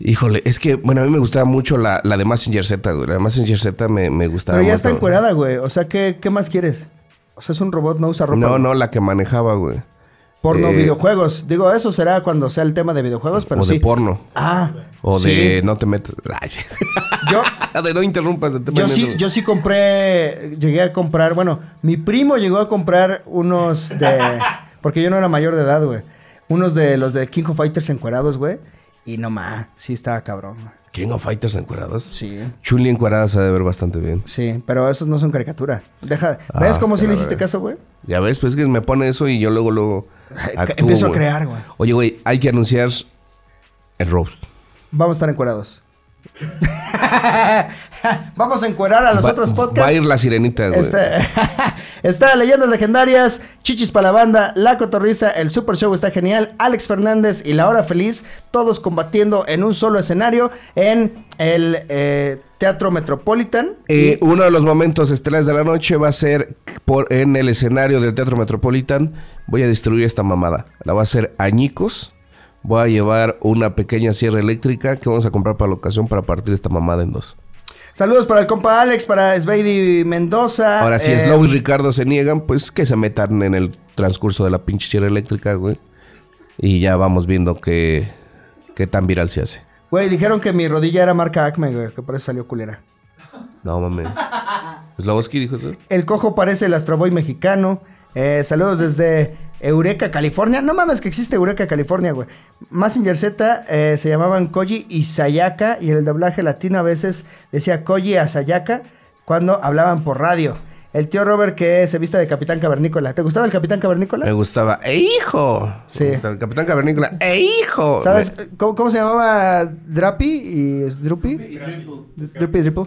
D: Híjole, es que, bueno, a mí me gustaba mucho la, la de Massinger Z, güey. La de Massinger Z me, me gustaba
C: Pero ya
D: mucho.
C: está encuerada, güey. O sea, ¿qué, qué más quieres? O sea, es un robot, no usa ropa.
D: No,
C: güey.
D: no, la que manejaba, güey.
C: Porno,
D: Eh,
C: videojuegos. Digo, eso será cuando sea el tema de videojuegos, pero
D: o
C: sí.
D: de porno.
C: Ah,
D: O
C: sí.
D: de no te metas. Ay,
C: Yo,
D: de no interrumpas. el tema
C: yo
D: de-
C: sí, yo sí compré, llegué a comprar, bueno, mi primo llegó a comprar unos de, porque yo no era mayor de edad, güey. Unos de los de King of Fighters encuerados, güey. Y no más, sí estaba cabrón. güey.
D: King of Fighters encuerados.
C: Sí.
D: Chuli encuerada se ha de ver bastante bien.
C: Sí, pero esos no son caricatura. Deja, ¿ves
D: Ah,
C: cómo sí le
D: pero a
C: hiciste
D: ver.
C: caso, güey?
D: Ya ves, pues es que me pone eso y yo luego luego actúo,
C: empiezo a crear, güey.
D: Oye, güey, hay que anunciar el roast.
C: Vamos a estar encuerados. Vamos a encuerar a los
D: Va-
C: otros
D: Va a
C: podcasts.
D: ir la sirenita, güey.
C: Este- está Leyendas Legendarias, Chichis para la Banda, La Cotorriza, El Super Show está genial, Alex Fernández y La Hora Feliz, todos combatiendo en un solo escenario en el eh, Teatro Metropolitan.
D: Eh, uno de los momentos estelares de la noche va a ser por, en el escenario del Teatro Metropolitan. Voy a destruir esta mamada. La va a hacer añicos. Voy a llevar una pequeña sierra eléctrica que vamos a comprar para la ocasión para partir esta mamada en dos.
C: Saludos para el compa Alex, para Sveidi Mendoza.
D: Ahora, si
C: eh,
D: Slow y Ricardo se niegan, pues que se metan en el transcurso de la pinche sierra eléctrica, güey. Y ya vamos viendo qué, qué tan viral se hace.
C: Güey, dijeron que mi rodilla era marca Acme, güey, que por eso salió culera.
D: No mames. Slowski dijo eso.
C: El cojo parece el astroboy mexicano. Eh, saludos desde Eureka, California. No mames que existe Eureka, California, güey. Massinger Z eh, se llamaban Koji y Sayaka y en el doblaje latino a veces decía Koji a Sayaka cuando hablaban por radio. El tío Robert que se vista de Capitán Cavernícola. ¿Te gustaba el Capitán Cavernícola?
D: Me gustaba. ¡Eh, hijo!
C: Sí.
D: El Capitán Cavernícola. ¡Eh, hijo!
C: ¿Sabes cómo, cómo se llamaba Drappy y Droopy? Droopy Dripple.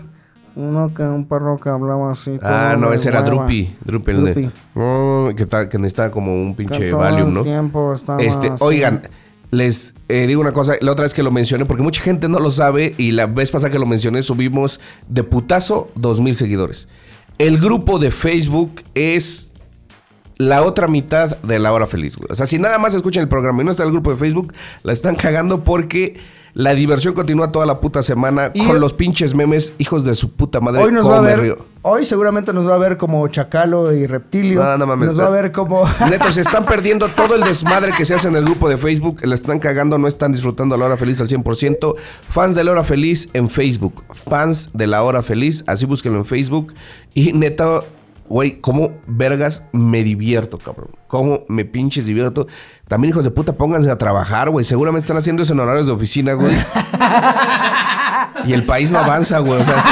C: Uno que un perro que hablaba así.
D: Ah,
C: todo
D: no,
C: de
D: ese era
C: hueva.
D: Drupi. Drupi, el de-
C: Drupi.
D: Mm, que, está, que necesitaba como un pinche
C: Que todo
D: Valium,
C: el
D: ¿no?
C: tiempo estaba
D: Este,
C: así.
D: oigan, les eh, digo una cosa, la otra vez que lo mencioné, porque mucha gente no lo sabe, y la vez pasada que lo mencioné, subimos de putazo dos mil seguidores. El grupo de Facebook es la otra mitad de la hora feliz. güey. O sea, si nada más escuchan el programa y no está el grupo de Facebook, la están cagando porque la diversión continúa toda la puta semana
C: Y-
D: con los pinches memes, hijos de su puta madre.
C: Hoy nos
D: cómo
C: va a
D: me
C: ver.
D: río.
C: Hoy seguramente nos va a ver como Chacalo y Reptilio.
D: No, no mames.
C: Nos va a ver como.
D: Neto, se están perdiendo todo el desmadre que se hace en el grupo de Facebook. La están cagando, no están disfrutando la hora feliz al 100%. Fans de la hora feliz en Facebook. Fans de la hora feliz. Así búsquenlo en Facebook. Y neta, güey, cómo vergas me divierto, cabrón. Cómo me pinches divierto. También, hijos de puta, pónganse a trabajar, güey. Seguramente están haciendo eso en horarios de oficina, güey. Y el país no avanza, güey. O sea,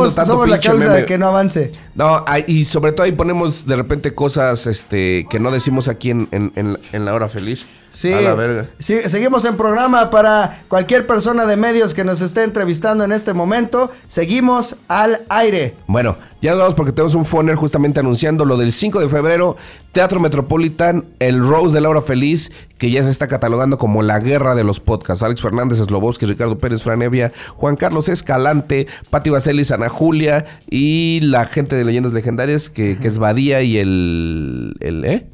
C: somos
D: tanto
C: somos la
D: pinche
C: causa de
D: meme.
C: que no avance.
D: no, ah, y sobre todo ahí ponemos de repente cosas este, que no decimos aquí en, en- en la- en la hora feliz.
C: Sí,
D: A la verga.
C: sí, seguimos en programa para cualquier persona de medios que nos esté entrevistando en este momento. Seguimos al aire.
D: Bueno, ya nos vamos porque tenemos un foner justamente anunciando lo del 5 de febrero, Teatro Metropolitan, el Rose de Laura Feliz, que ya se está catalogando como la guerra de los podcasts. Alex Fernández, Slobowski, Ricardo Pérez, Franevia, Juan Carlos Escalante, Pati Vaselis, Ana Julia y la gente de Leyendas Legendarias, que, que es Badía y el... el ¿eh?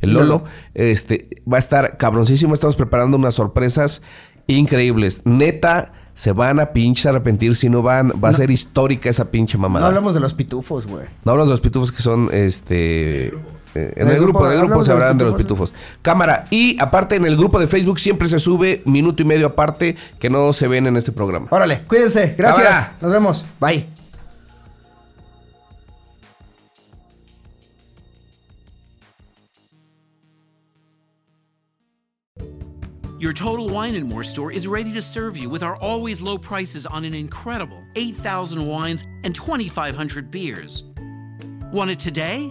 D: El Lolo. Este, va a estar cabroncísimo. Estamos preparando unas sorpresas increíbles. Neta, se van a pinches arrepentir si no van. Va a ser histórica esa pinche
C: No
D: mamada. No,
C: hablamos de los pitufos, güey.
D: hablamos de los pitufos que son, este... eh, en
C: En
D: el
C: el
D: grupo,
C: grupo,
D: en el grupo
C: hablamos
D: se
C: de los
D: hablarán de los
C: pitufos,
D: pitufos. Cámara. Y aparte, en el grupo de Facebook siempre se sube minuto y medio aparte que no se ven en este programa.
C: Órale, cuídense. Gracias.
D: Cámara.
C: Nos vemos. Bye.
H: Your Total Wine and More store is ready to serve you with our always low prices on an incredible 8,000 wines and 2,500 beers. Want it today?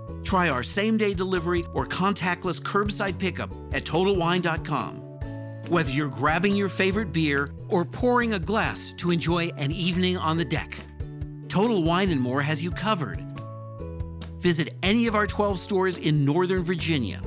H: Try our same day delivery or contactless curbside pickup at TotalWine.com. Whether you're grabbing your favorite beer or pouring a glass to enjoy an evening on the deck, Total Wine and More has you covered. Visit any of our 12 stores in Northern Virginia.